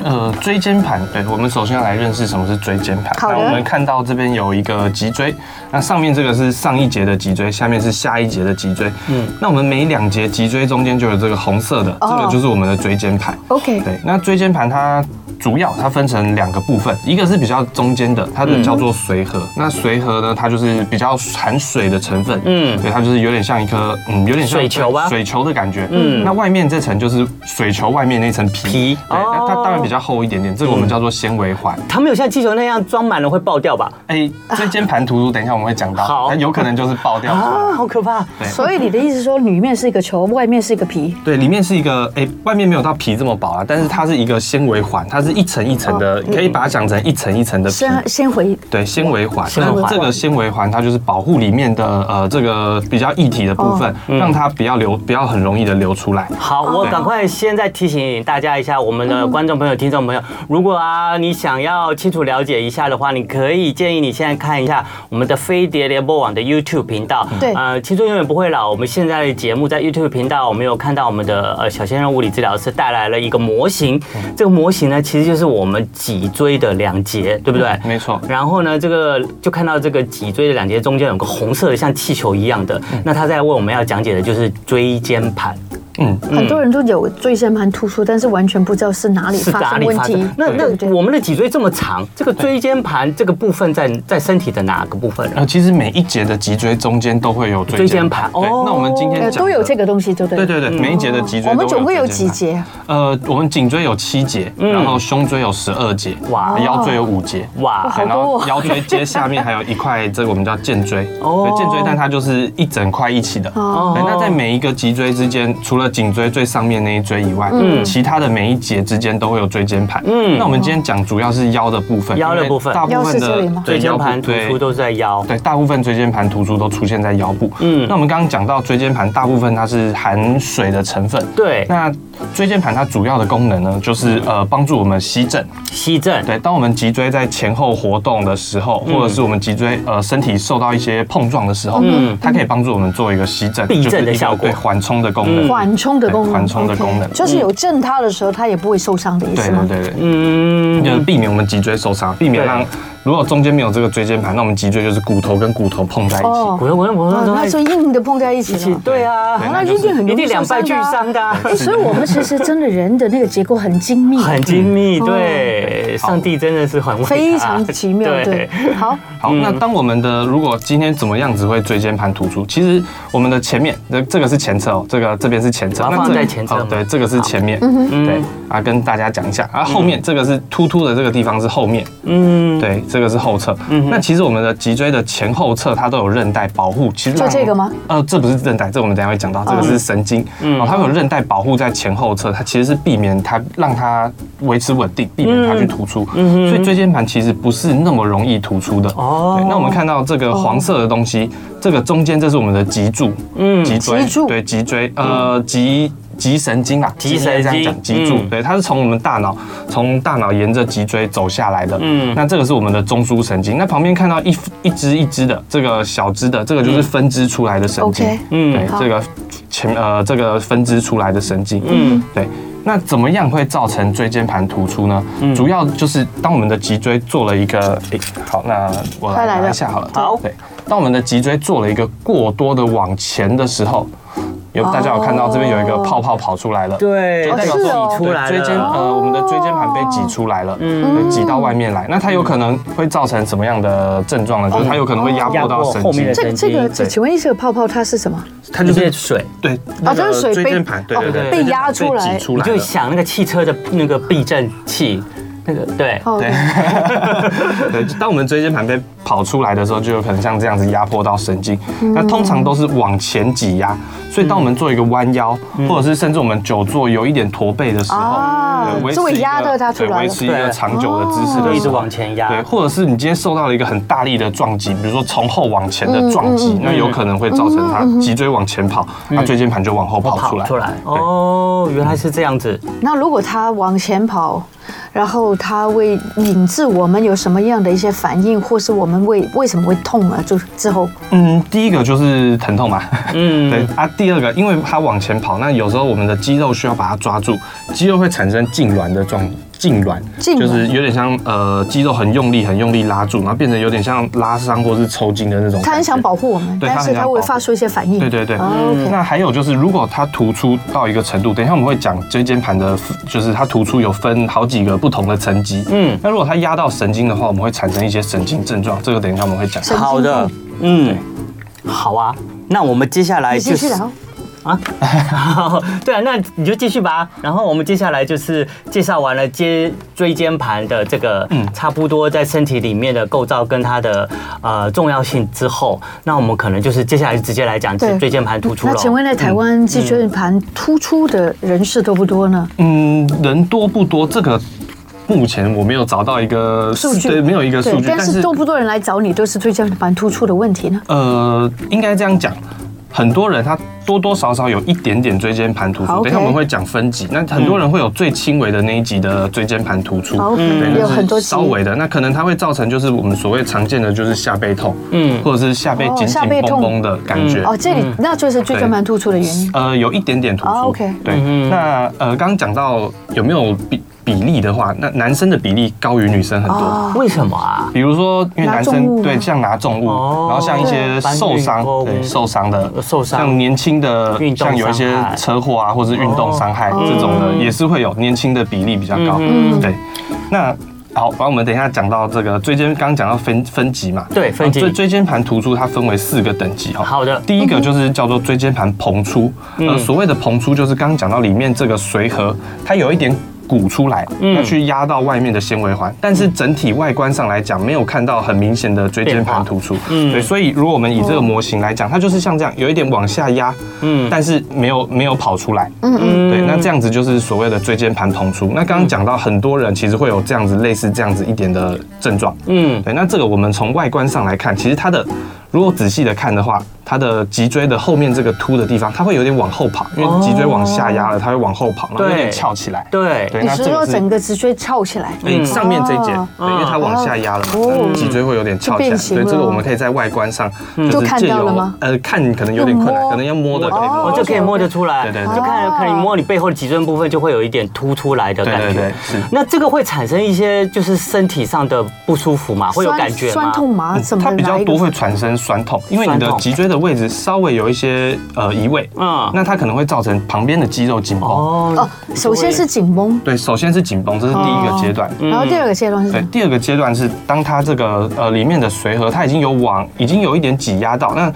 Speaker 3: 呃，椎间盘，对我们首先要来认识什么是椎间盘。
Speaker 1: 好的
Speaker 3: 那我们看到这边有一个脊椎，那上面这个是上一节的脊椎，下面是下一节的脊椎。嗯，那我们每两节脊椎中间就有这个红色的，这
Speaker 1: 哦
Speaker 3: 个就是我们的椎间盘。
Speaker 1: OK
Speaker 3: 对，那椎间盘它主要它分成两个部分，一个是比较中间的，它
Speaker 2: 嗯
Speaker 3: 的叫做髓核。那髓核呢，它就是比较含水的成分，
Speaker 2: 嗯
Speaker 3: 嗯，对，它就是有点像一颗，嗯，有点像
Speaker 2: 水球啊
Speaker 3: 水球的感觉。嗯，那外面这层就是水球外面那层皮，
Speaker 2: 皮
Speaker 3: 对，那它
Speaker 2: 哦嗯
Speaker 3: 当然比较厚一点点，这个我们叫做纤维环。
Speaker 2: 它没有像气球那样装满了会爆掉吧？
Speaker 3: 哎，这间盘图等一下我们会讲
Speaker 2: 好
Speaker 3: 到，它有可能就是爆掉。
Speaker 2: 啊，好可怕！
Speaker 1: 所以你的意思说，里面是一个球，外面是一个皮，
Speaker 3: 对，里面是一个哎、外面没有到皮这么薄啊，但是它是一个纤维环，它是一层一层
Speaker 2: 哦
Speaker 3: 的，可以把它想成一层一层的呃皮。
Speaker 2: 啊
Speaker 1: 先先回
Speaker 3: 对，纤维环，
Speaker 2: 纤维环
Speaker 3: 那这个纤维环它就是保护里面的呃这个比较液体的部
Speaker 1: 哦
Speaker 3: 分，嗯让它不要流，不要很容易的流出来。
Speaker 2: 好，我赶快现在提醒大家一下，我们的观众朋友、听众朋友，如果啊你想要清楚了解一下的话，你可以建议你现在看一下我们的飞碟联播网的 YouTube 频道。
Speaker 1: 对
Speaker 2: 呃，青春永远不会老。我们现在的节目在 YouTube 频道，我们有看到我们的呃小先生物理治疗师带来了一个模型，这个模型呢其实就是我们脊椎的两节，对不对？
Speaker 3: 没错
Speaker 2: 然后呢，这个就看到这个脊椎的两节中间有个红色的像气球一样的，那他在为我们要讲解的就是椎间盘。
Speaker 3: 嗯，
Speaker 1: 很多人都有椎间盘突出，但是完全不知道是哪里
Speaker 2: 是
Speaker 1: 发
Speaker 2: 哪
Speaker 1: 生
Speaker 2: 里
Speaker 1: 问
Speaker 2: 发
Speaker 1: 题
Speaker 2: 生？。那
Speaker 1: 对
Speaker 2: 那
Speaker 1: 对
Speaker 2: 我们的脊椎这么长，这个椎间盘这个部分在在身体的哪个部分呢？
Speaker 3: 呃，其实每一节的脊椎中间都会有椎
Speaker 2: 椎间盘
Speaker 3: 对，
Speaker 2: 哦
Speaker 3: 那我们今天
Speaker 1: 呃
Speaker 3: 讲
Speaker 1: 都有
Speaker 3: 的
Speaker 1: 这。个东西，对不对？
Speaker 3: 对对对，每一节的脊椎
Speaker 1: 我们
Speaker 3: 都
Speaker 1: 总共有
Speaker 3: 椎间
Speaker 1: 几
Speaker 3: 盘？
Speaker 1: 节？嗯
Speaker 3: 呃，我们颈椎有七节，然后胸椎有十二节，
Speaker 2: 哇
Speaker 3: 哇，腰椎有五节，
Speaker 2: 哇，
Speaker 1: 好
Speaker 3: 然
Speaker 1: 多哦
Speaker 3: 后腰椎接下面还有一块，这个我们叫
Speaker 1: *laughs*
Speaker 3: 剑椎。
Speaker 2: 哦
Speaker 3: 对，剑椎，但它就是一整块一起的。
Speaker 1: 哦
Speaker 3: 对，那在每一个脊椎之间，除了颈椎最上面那一椎以外，其他的每一节之间都会有椎间盘。
Speaker 2: 嗯
Speaker 3: 嗯，那我们今天讲主要是腰的部分，
Speaker 2: 腰的部分
Speaker 3: 因为大部
Speaker 1: 腰是
Speaker 3: 分
Speaker 1: 这里
Speaker 3: 的
Speaker 1: 吗
Speaker 3: 对
Speaker 2: 椎间盘
Speaker 3: 腰部
Speaker 2: 突
Speaker 3: 对
Speaker 2: 出都是在腰。
Speaker 3: 对，大部分椎间盘突出都出现在腰部。
Speaker 2: 嗯
Speaker 3: 嗯，那我们刚刚讲到椎间盘，大部分它是含水的成分。
Speaker 2: 对，
Speaker 3: 那椎间盘它主要的功能呢，就是呃帮助我们吸震。
Speaker 2: 膝正。
Speaker 3: 对，当我们脊椎在前后活动的时候，
Speaker 2: 嗯
Speaker 3: 或者是我们脊椎呃身体受到一些碰撞的时候，嗯，它可以帮助我们做一个吸震，
Speaker 2: 避震
Speaker 3: 就是一
Speaker 2: 的
Speaker 3: 个
Speaker 2: 效果嗯
Speaker 3: 对，缓冲的功能。
Speaker 1: 缓冲的功能，
Speaker 3: 对缓冲的功能
Speaker 1: OK，就是有震它的时候，它也不会受伤的意
Speaker 3: 对
Speaker 1: 思吗
Speaker 3: 对？对对，
Speaker 2: 嗯，
Speaker 3: 就是避免我们脊椎受伤，避免让如果中间没有这个椎间盘，那我们脊椎就是骨头跟骨头碰在一起。
Speaker 1: 哦
Speaker 2: 我我我
Speaker 1: 哦那
Speaker 2: 我
Speaker 1: 是硬的碰在一起
Speaker 2: 一起
Speaker 1: 了。
Speaker 2: 对啊，
Speaker 3: 对
Speaker 1: 那一定很
Speaker 2: 一
Speaker 1: 容易
Speaker 2: 定两
Speaker 1: 受
Speaker 2: 败
Speaker 1: 伤
Speaker 2: 俱
Speaker 1: 的啊
Speaker 2: 伤的啊，
Speaker 1: 哎，所以我们其实真的人的那个结构很精密，
Speaker 2: *laughs* 很精密。
Speaker 1: 嗯
Speaker 2: 对，上帝真的是很伟大
Speaker 1: 非常奇妙。对，好，
Speaker 3: 好，
Speaker 2: 嗯
Speaker 3: 那当我们的如果今天怎么样子会椎间盘突出？其实我们的前面，这这个是前侧哦，这个这边是前侧，
Speaker 2: 把它
Speaker 3: 那
Speaker 2: 放
Speaker 3: 这
Speaker 2: 在前侧
Speaker 3: 哦
Speaker 2: 吗
Speaker 3: 对，这个是前面，
Speaker 2: 嗯
Speaker 3: 对啊，跟大家讲一下啊，后面这个是突突的这个地方是后面，
Speaker 2: 嗯，
Speaker 3: 对，这个是后侧。那其实我们的脊椎的前后侧它都有韧带保护，其实
Speaker 1: 就
Speaker 3: 让
Speaker 1: 这个吗？
Speaker 3: 呃，这不是韧带，这我们等一下会
Speaker 2: 嗯
Speaker 3: 讲到，这个是神经，哦，它有韧带保护在前后侧，它其实是避免它让它维持稳定，避免它去突出。所以椎间盘其实不是那么容易突出的。
Speaker 2: 嗯哦
Speaker 3: 对，那我们看到这个黄色的东西，这个中间这是我们的脊柱，嗯，脊椎
Speaker 1: 脊柱
Speaker 3: 对脊椎，呃，脊。脊神经啦，
Speaker 2: 脊神经
Speaker 3: 应该这样讲脊柱，
Speaker 2: 嗯
Speaker 3: 对，它是从我们大脑，从大脑沿着脊椎走下来的。
Speaker 2: 嗯
Speaker 3: 嗯，那这个是我们的中枢神经。那旁边看到一一支一支的，这个小支的，这个就是分支出来的神经
Speaker 1: OK。
Speaker 2: 嗯
Speaker 3: 对
Speaker 1: 好，
Speaker 3: 这个前呃这个分支出来的神经。嗯，对。那怎么样会造成椎间盘突出呢？
Speaker 2: 嗯
Speaker 3: 主要就是当我们的脊椎做了一个，诶好，那我
Speaker 1: 快来
Speaker 3: 来
Speaker 1: 了
Speaker 3: 拿一下好了。
Speaker 2: 好
Speaker 3: 对，当我们的脊椎做了一个过多的往前的时候，有大家有看到这边有一个泡泡跑出来了。
Speaker 2: 对，
Speaker 3: 就代表
Speaker 1: 是哦
Speaker 3: 说
Speaker 2: 挤出来
Speaker 3: 对椎间
Speaker 2: 了。
Speaker 3: 呃，我们的椎间盘被挤出来了，嗯，挤到外面来。那它有可能会造成什么样的症状呢？就是它有可能会压迫到
Speaker 2: 压迫
Speaker 3: 神
Speaker 2: 后面
Speaker 3: 经
Speaker 2: 的，
Speaker 1: 这个这个，
Speaker 3: 对
Speaker 1: 请问一下，这个泡泡它是什么？
Speaker 3: 它
Speaker 2: 就是水，
Speaker 3: 对
Speaker 1: 哦这是水
Speaker 3: 椎
Speaker 1: 被
Speaker 3: 间盘，对
Speaker 1: 哦
Speaker 3: 对对，
Speaker 1: 被压出来
Speaker 3: 被挤出
Speaker 2: 你
Speaker 3: 来
Speaker 2: 就
Speaker 3: 了。
Speaker 2: 想那个汽车的那个避震器，那个对，
Speaker 1: 哦，
Speaker 3: 对， *laughs* 对，当我们椎间盘被跑出来的时候，就有可能像这样子压迫到神经。
Speaker 1: 嗯
Speaker 3: 那通常都是往前挤压，所以当我们做一个弯腰，
Speaker 1: 嗯
Speaker 3: 或者是甚至我们久坐有一点驼背的时候
Speaker 1: 啊，
Speaker 3: 对维持
Speaker 1: 就会
Speaker 3: 一个
Speaker 1: 压到它出
Speaker 3: 对
Speaker 1: 来了啊
Speaker 3: 维持一个
Speaker 2: 对
Speaker 3: 长久的姿势
Speaker 2: 就
Speaker 3: 的
Speaker 2: 一
Speaker 3: 时
Speaker 2: 直
Speaker 3: 候。
Speaker 2: 往前压。
Speaker 3: 对，或者是你今天受到了一个很大力的撞击，比如说从后往前的撞
Speaker 1: 嗯
Speaker 3: 击，那有可能会造成它脊椎往前跑，它椎间盘就往后跑出来。
Speaker 2: 出来。
Speaker 3: 对
Speaker 2: 哦，原来是这样子。
Speaker 1: 那如果它往前跑，然后它会引致我们有什么样的一些反应，或是我们为为什么会痛啊？就之后
Speaker 3: 嗯，第一个就是疼痛嘛，
Speaker 2: 嗯
Speaker 3: 嗯， *laughs* 对啊。第二个，因为它往前跑，那有时候我们的肌肉需要把它抓住，肌肉会产生痉挛的状痉挛，
Speaker 1: 痉挛
Speaker 3: 就是有点像呃肌肉很用力、很用力拉住，然后变成有点像拉伤或是抽筋的那种感觉。
Speaker 1: 它很想保护我们，
Speaker 3: 对
Speaker 1: 但是
Speaker 3: 它很
Speaker 1: 它
Speaker 3: 想
Speaker 1: 会
Speaker 3: 保护
Speaker 1: 发出一些反应。
Speaker 3: 对对对。
Speaker 1: 啊，OK。
Speaker 3: 那还有就是，如果它突出到一个程度，等一下我们会讲椎间盘的，就是它突出有分好几个不同的层级。嗯，那如果它压到神经的话，我们会产生一些神经症状，这个等一下我们会讲。
Speaker 1: 神经
Speaker 2: 好的，嗯，好啊。那我们接下
Speaker 3: 哎
Speaker 2: 来
Speaker 1: 你
Speaker 2: 就
Speaker 1: 哎继续
Speaker 2: 是
Speaker 1: 聊。
Speaker 2: 啊， *laughs* 对啊，那你就继续吧。然后我们接下来就是介绍完了接椎间盘的这个，
Speaker 3: 嗯
Speaker 2: 差不多在身体里面的构造跟它的呃重要性之后，那我们可能就是接下来直接来讲
Speaker 1: 对
Speaker 2: 椎间盘突出
Speaker 1: 那
Speaker 2: 了。
Speaker 1: 请问在台湾脊椎盘突出的人士多不多呢？
Speaker 3: 嗯，人多不多？这个目前我没有找到一个
Speaker 1: 数据
Speaker 3: 对，没有一个数据，
Speaker 1: 但是多不多人来找你都是椎间盘突出的问题呢？
Speaker 3: 呃，应该这样讲，很多人他多多少少有一点点椎间盘突出。
Speaker 1: 好，OK
Speaker 3: 等一下我们会讲分级，那很多人会有最轻微的那一级的椎间盘突出。
Speaker 1: 好嗯
Speaker 3: 对那
Speaker 1: 有
Speaker 3: 是
Speaker 1: 很多级
Speaker 3: 稍微的，那可能它会造成就是我们所谓常见的就是下背痛，嗯，或者是下背
Speaker 1: 哦
Speaker 3: 紧紧
Speaker 1: 下背
Speaker 3: 绷
Speaker 1: 痛
Speaker 3: 绷的感觉。
Speaker 1: 哦，这里那就是椎间盘突出的原因。
Speaker 3: 呃，有一点点突出。
Speaker 1: 哦，OK
Speaker 3: 对，
Speaker 2: 嗯
Speaker 3: 那呃，刚刚讲到有没有比比例的话，那男生的比例高于女生很多。
Speaker 1: 哦，
Speaker 2: 为什么啊？
Speaker 3: 比如说，因为
Speaker 1: 拿
Speaker 3: 男
Speaker 1: 重物
Speaker 3: 生
Speaker 1: 吗
Speaker 3: 对像拿重物，
Speaker 2: 哦
Speaker 3: 然后像一些
Speaker 2: 对
Speaker 3: 受伤
Speaker 2: 搬运工，
Speaker 3: 对受伤的
Speaker 2: 受伤
Speaker 3: 像年轻的
Speaker 2: 运，动
Speaker 3: 像有一些
Speaker 2: 伤害
Speaker 3: 车祸啊，或是运动伤害这种的，也是会有年轻的比例比较高。
Speaker 1: 哦嗯
Speaker 3: 对，那好，反正我们等一下讲到这个椎间，刚刚讲到分分级嘛，啊
Speaker 2: 对分级
Speaker 3: 椎椎间盘突出它分为四个等级哈。
Speaker 2: 好的
Speaker 3: 第一个就是叫做椎间盘膨出，呃，所谓的膨出就是刚刚讲到里面这个髓核，它有一点。鼓出来，要去压到外面的纤维环，但是整体外观上来讲，没有看到很明显的椎间盘突出。对，所以如果我们以这个模型来讲，它就是像这样，有一点往下压，嗯，但是没有没有跑出来，
Speaker 2: 嗯
Speaker 3: 对，那这样子就是所谓的椎间盘膨出。那刚刚讲到，很多人其实会有这样子类似这样子一点的症状。
Speaker 2: 嗯
Speaker 3: 对，那这个我们从外观上来看，其实它的如果仔细的看的话，它的脊椎的后面这个凸的地方，它会有点往后跑，因为脊椎往下压了，它会往后跑，然后有点
Speaker 2: 对
Speaker 3: 翘起来。
Speaker 2: 对
Speaker 3: 对，
Speaker 1: 你
Speaker 3: 哎那
Speaker 1: 是
Speaker 3: 这个
Speaker 1: 说
Speaker 3: 是
Speaker 1: 整个脊椎翘起来？
Speaker 3: 对上面这一节，
Speaker 1: 哦
Speaker 3: 对，因为它往下压了嘛，
Speaker 1: 哦
Speaker 3: 那脊椎会有点翘
Speaker 1: 就
Speaker 3: 起来。
Speaker 1: 变形
Speaker 3: 对，这个
Speaker 1: 了
Speaker 3: 我们可以在外观上
Speaker 2: 嗯
Speaker 1: 就
Speaker 3: 就是
Speaker 1: 看
Speaker 3: 借
Speaker 1: 到了
Speaker 3: 由
Speaker 1: 吗
Speaker 3: 呃看可能有点困难，
Speaker 1: 用摸
Speaker 3: 可能要摸的可以
Speaker 1: 哦
Speaker 3: 摸
Speaker 2: 哦，
Speaker 3: 得
Speaker 2: 就可以摸得出来，
Speaker 3: 对对对
Speaker 2: 就看可以摸你背后的脊椎部分，就会有一点凸出来的感觉。
Speaker 3: 对对对是
Speaker 2: 那这个会产生一些就是身体上的不舒服嘛，会有
Speaker 1: 酸
Speaker 2: 感觉吗？
Speaker 1: 酸痛吗？怎么
Speaker 3: 嗯它
Speaker 1: 来
Speaker 3: 比
Speaker 1: 一个？
Speaker 3: 较多会产生酸痛，因为你
Speaker 2: 酸
Speaker 3: 的
Speaker 2: 痛
Speaker 3: 脊椎的位置稍微有一些呃移位，
Speaker 2: 嗯
Speaker 3: 嗯，那它可能会造成旁边的肌肉紧绷。
Speaker 2: 哦
Speaker 1: 哦， *laughs* 首先是紧绷，
Speaker 3: 对，首先是紧绷，这是第一个阶段。
Speaker 1: 然后第二个阶段是
Speaker 3: 嗯对
Speaker 1: 什么，？
Speaker 3: 第二个阶段是当它这个呃里面的髓核，它已经有往，已经有一点挤压到那。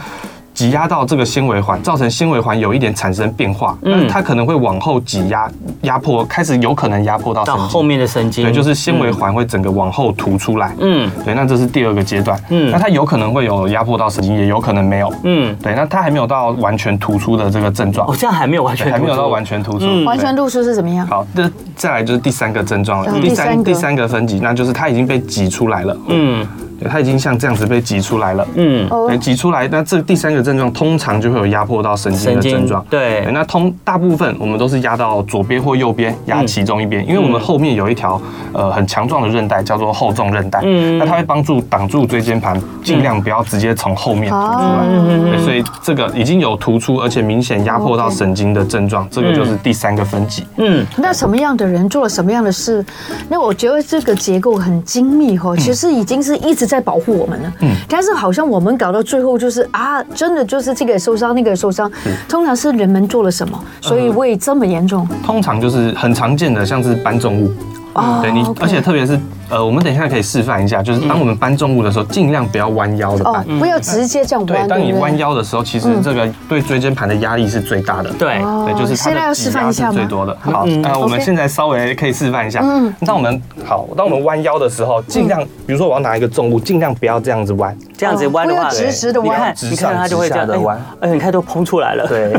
Speaker 3: 挤压到这个纤维环，造成纤维环有一点产生变化，嗯，它可能会往后挤压，压迫开始有可能压迫到神
Speaker 2: 到
Speaker 3: 经
Speaker 2: 后面的神经，
Speaker 3: 哦对，就是纤维环会整个往后凸出来。
Speaker 2: 嗯
Speaker 3: 嗯，对，那这是第二个阶段。
Speaker 2: 嗯
Speaker 3: 嗯，那它有可能会有压迫到神经，也有可能没有。
Speaker 2: 嗯，
Speaker 3: 对，那它还没有到完全突出的这个症状
Speaker 2: 哦，，这样还没有完全
Speaker 3: 对还没有到完
Speaker 2: 全
Speaker 3: 全突出
Speaker 2: 嗯，
Speaker 1: 完
Speaker 3: 对
Speaker 1: 全露出是怎么样？
Speaker 3: 好，那再来就是第三个症状了。
Speaker 1: 嗯
Speaker 3: 第
Speaker 1: 第三
Speaker 3: 三
Speaker 1: 个
Speaker 3: 第三个分级，那就是它已经被挤出来了。嗯，
Speaker 2: 嗯
Speaker 3: 对，它已经像这样子被挤出来了。
Speaker 2: 嗯
Speaker 1: 哦
Speaker 3: 对，，挤出来，那这第三个症状通常就会有压迫到神经
Speaker 2: 神
Speaker 3: 的
Speaker 2: 经
Speaker 3: 症状。
Speaker 2: 对
Speaker 3: 那通大部分我们都是压到左边或右边，压其中一边，
Speaker 2: 嗯
Speaker 3: 因为我们后面有一条呃很强壮的韧带叫做后纵韧带，
Speaker 2: 嗯
Speaker 3: 那它会帮助挡住椎间盘，尽量不要直接从后
Speaker 1: 嗯
Speaker 3: 面突出来。
Speaker 2: 嗯
Speaker 3: 对所以这个已经有突出，而且明显压迫到
Speaker 1: 哦 OK
Speaker 3: 神经的症状，这个就是第三个分级。
Speaker 2: 嗯，
Speaker 1: 那什么样的人做了什么样的事？那我觉得这个结构很精密
Speaker 3: 嗯
Speaker 1: 哦，其实已经是一直在保护我们了。嗯，但是好像我们搞到最后就是啊，真的就是这个也受伤，那个也受伤。
Speaker 3: 嗯
Speaker 1: 通常是人们做了什么，所以会这么严重。
Speaker 3: 通常就是很常见的，像是搬重物。
Speaker 1: 哦
Speaker 3: 对你
Speaker 1: OK
Speaker 3: 而且特别是呃，我们等一下可以示范一下，就是当我们搬重物的时候，尽量不要弯腰的
Speaker 1: 哦
Speaker 3: 搬。，
Speaker 1: 不要直接这样
Speaker 3: 对，
Speaker 1: 弯，
Speaker 3: 当
Speaker 1: 对
Speaker 3: 你
Speaker 1: 不
Speaker 3: 弯
Speaker 1: 对？
Speaker 3: 腰的时候，其实这个对椎间盘的压力是最大的。
Speaker 2: 对，
Speaker 1: 嗯哦
Speaker 3: 对，就是它
Speaker 1: 现在要
Speaker 3: 的
Speaker 1: 示
Speaker 3: 挤
Speaker 1: 范
Speaker 3: 压
Speaker 1: 一
Speaker 3: 是
Speaker 1: 下吗嗯
Speaker 3: 最多的。好，那我们
Speaker 1: OK
Speaker 3: 现在稍微可以示范一下。
Speaker 1: 嗯
Speaker 3: 嗯，当我们好，当我们弯腰的时候，尽量，比如说我要拿一个重物，尽量不要这样子弯。
Speaker 2: 这样子弯的
Speaker 1: 哦
Speaker 2: 话，
Speaker 1: 不要直直地弯
Speaker 2: 你看
Speaker 3: 直
Speaker 2: 你
Speaker 3: 上
Speaker 2: 看它就会这样
Speaker 3: 直下地弯
Speaker 2: 哎呦，哎，你看都膨出来
Speaker 1: *laughs*
Speaker 2: 了，，
Speaker 3: 对，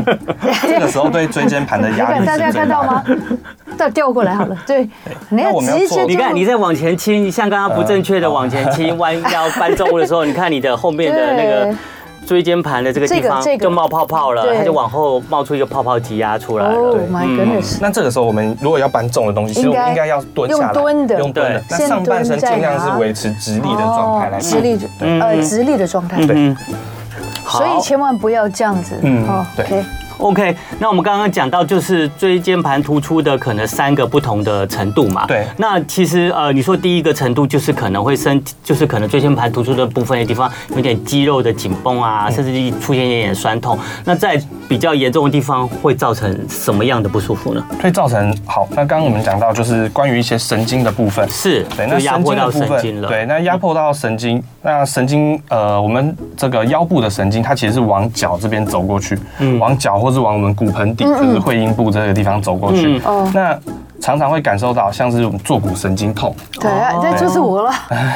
Speaker 3: 这个时候对椎间盘的
Speaker 1: 你
Speaker 3: 压
Speaker 1: 看
Speaker 3: 力是
Speaker 1: 大家
Speaker 3: 最
Speaker 1: 看到
Speaker 3: 大的
Speaker 1: 吗。？再调过来好了，对，你
Speaker 3: *laughs* 那
Speaker 1: 要
Speaker 3: 我们要
Speaker 1: 直
Speaker 3: 做
Speaker 1: 接
Speaker 3: 你
Speaker 2: 你看，你
Speaker 1: 这
Speaker 2: 在往前倾，像刚刚不正确的往前倾、
Speaker 3: 嗯
Speaker 2: 弯腰搬重物的时候，你看你的后面的
Speaker 1: *laughs*
Speaker 2: 那
Speaker 1: 对
Speaker 2: 个椎间盘的这个地
Speaker 1: 这个
Speaker 2: 方
Speaker 1: 这个
Speaker 2: 就冒泡泡了，
Speaker 1: 对
Speaker 2: 它就往后冒出一个泡泡挤压出来
Speaker 1: 样，Oh
Speaker 2: 了。嗯
Speaker 1: my goodness，
Speaker 3: 那这个时候，我们如果要搬重的东西，其实我
Speaker 1: 应
Speaker 3: 们
Speaker 1: 该
Speaker 3: 应该要蹲下来，
Speaker 1: 用蹲的
Speaker 3: 用蹲的
Speaker 2: 对。
Speaker 3: 那上半身尽量是维持直立的状态来
Speaker 1: 哦
Speaker 3: 看
Speaker 1: 直立，
Speaker 3: 嗯
Speaker 1: 呃，直立的状态。
Speaker 3: 对
Speaker 2: 嗯，
Speaker 1: 所以千万不要这样子。
Speaker 3: 嗯
Speaker 1: 哦
Speaker 3: 对
Speaker 1: OK，
Speaker 2: OK，那我们刚刚讲到就是椎间盘突出的可能三个不同的程度嘛。
Speaker 3: 对
Speaker 2: 那其实呃，你说第一个程度就是可能会生，就是可能椎间盘突出的部分的地方有点肌肉的紧绷
Speaker 3: 嗯
Speaker 2: 啊，甚至出现一点点酸痛。那在比较严重的地方会造成什么样的不舒服呢？
Speaker 3: 会造成好。那刚刚我们讲到就是关于一些神经的部分，
Speaker 2: 是，
Speaker 3: 对，
Speaker 2: 就
Speaker 3: 那
Speaker 2: 压
Speaker 3: 神
Speaker 2: 迫
Speaker 3: 经
Speaker 2: 到
Speaker 3: 的部
Speaker 2: 神
Speaker 3: 分，
Speaker 2: 经了。
Speaker 3: 对，那压迫到神经，那神经呃，我们这个腰部的神经，它其实是往脚这边走过去，
Speaker 2: 嗯
Speaker 3: 往脚或是往我们骨盆底，就是会阴部这个地方走过去
Speaker 2: 嗯。
Speaker 1: 嗯哦
Speaker 3: 那常常会感受到像是我们坐骨神经痛，
Speaker 1: 对啊，这就是我了，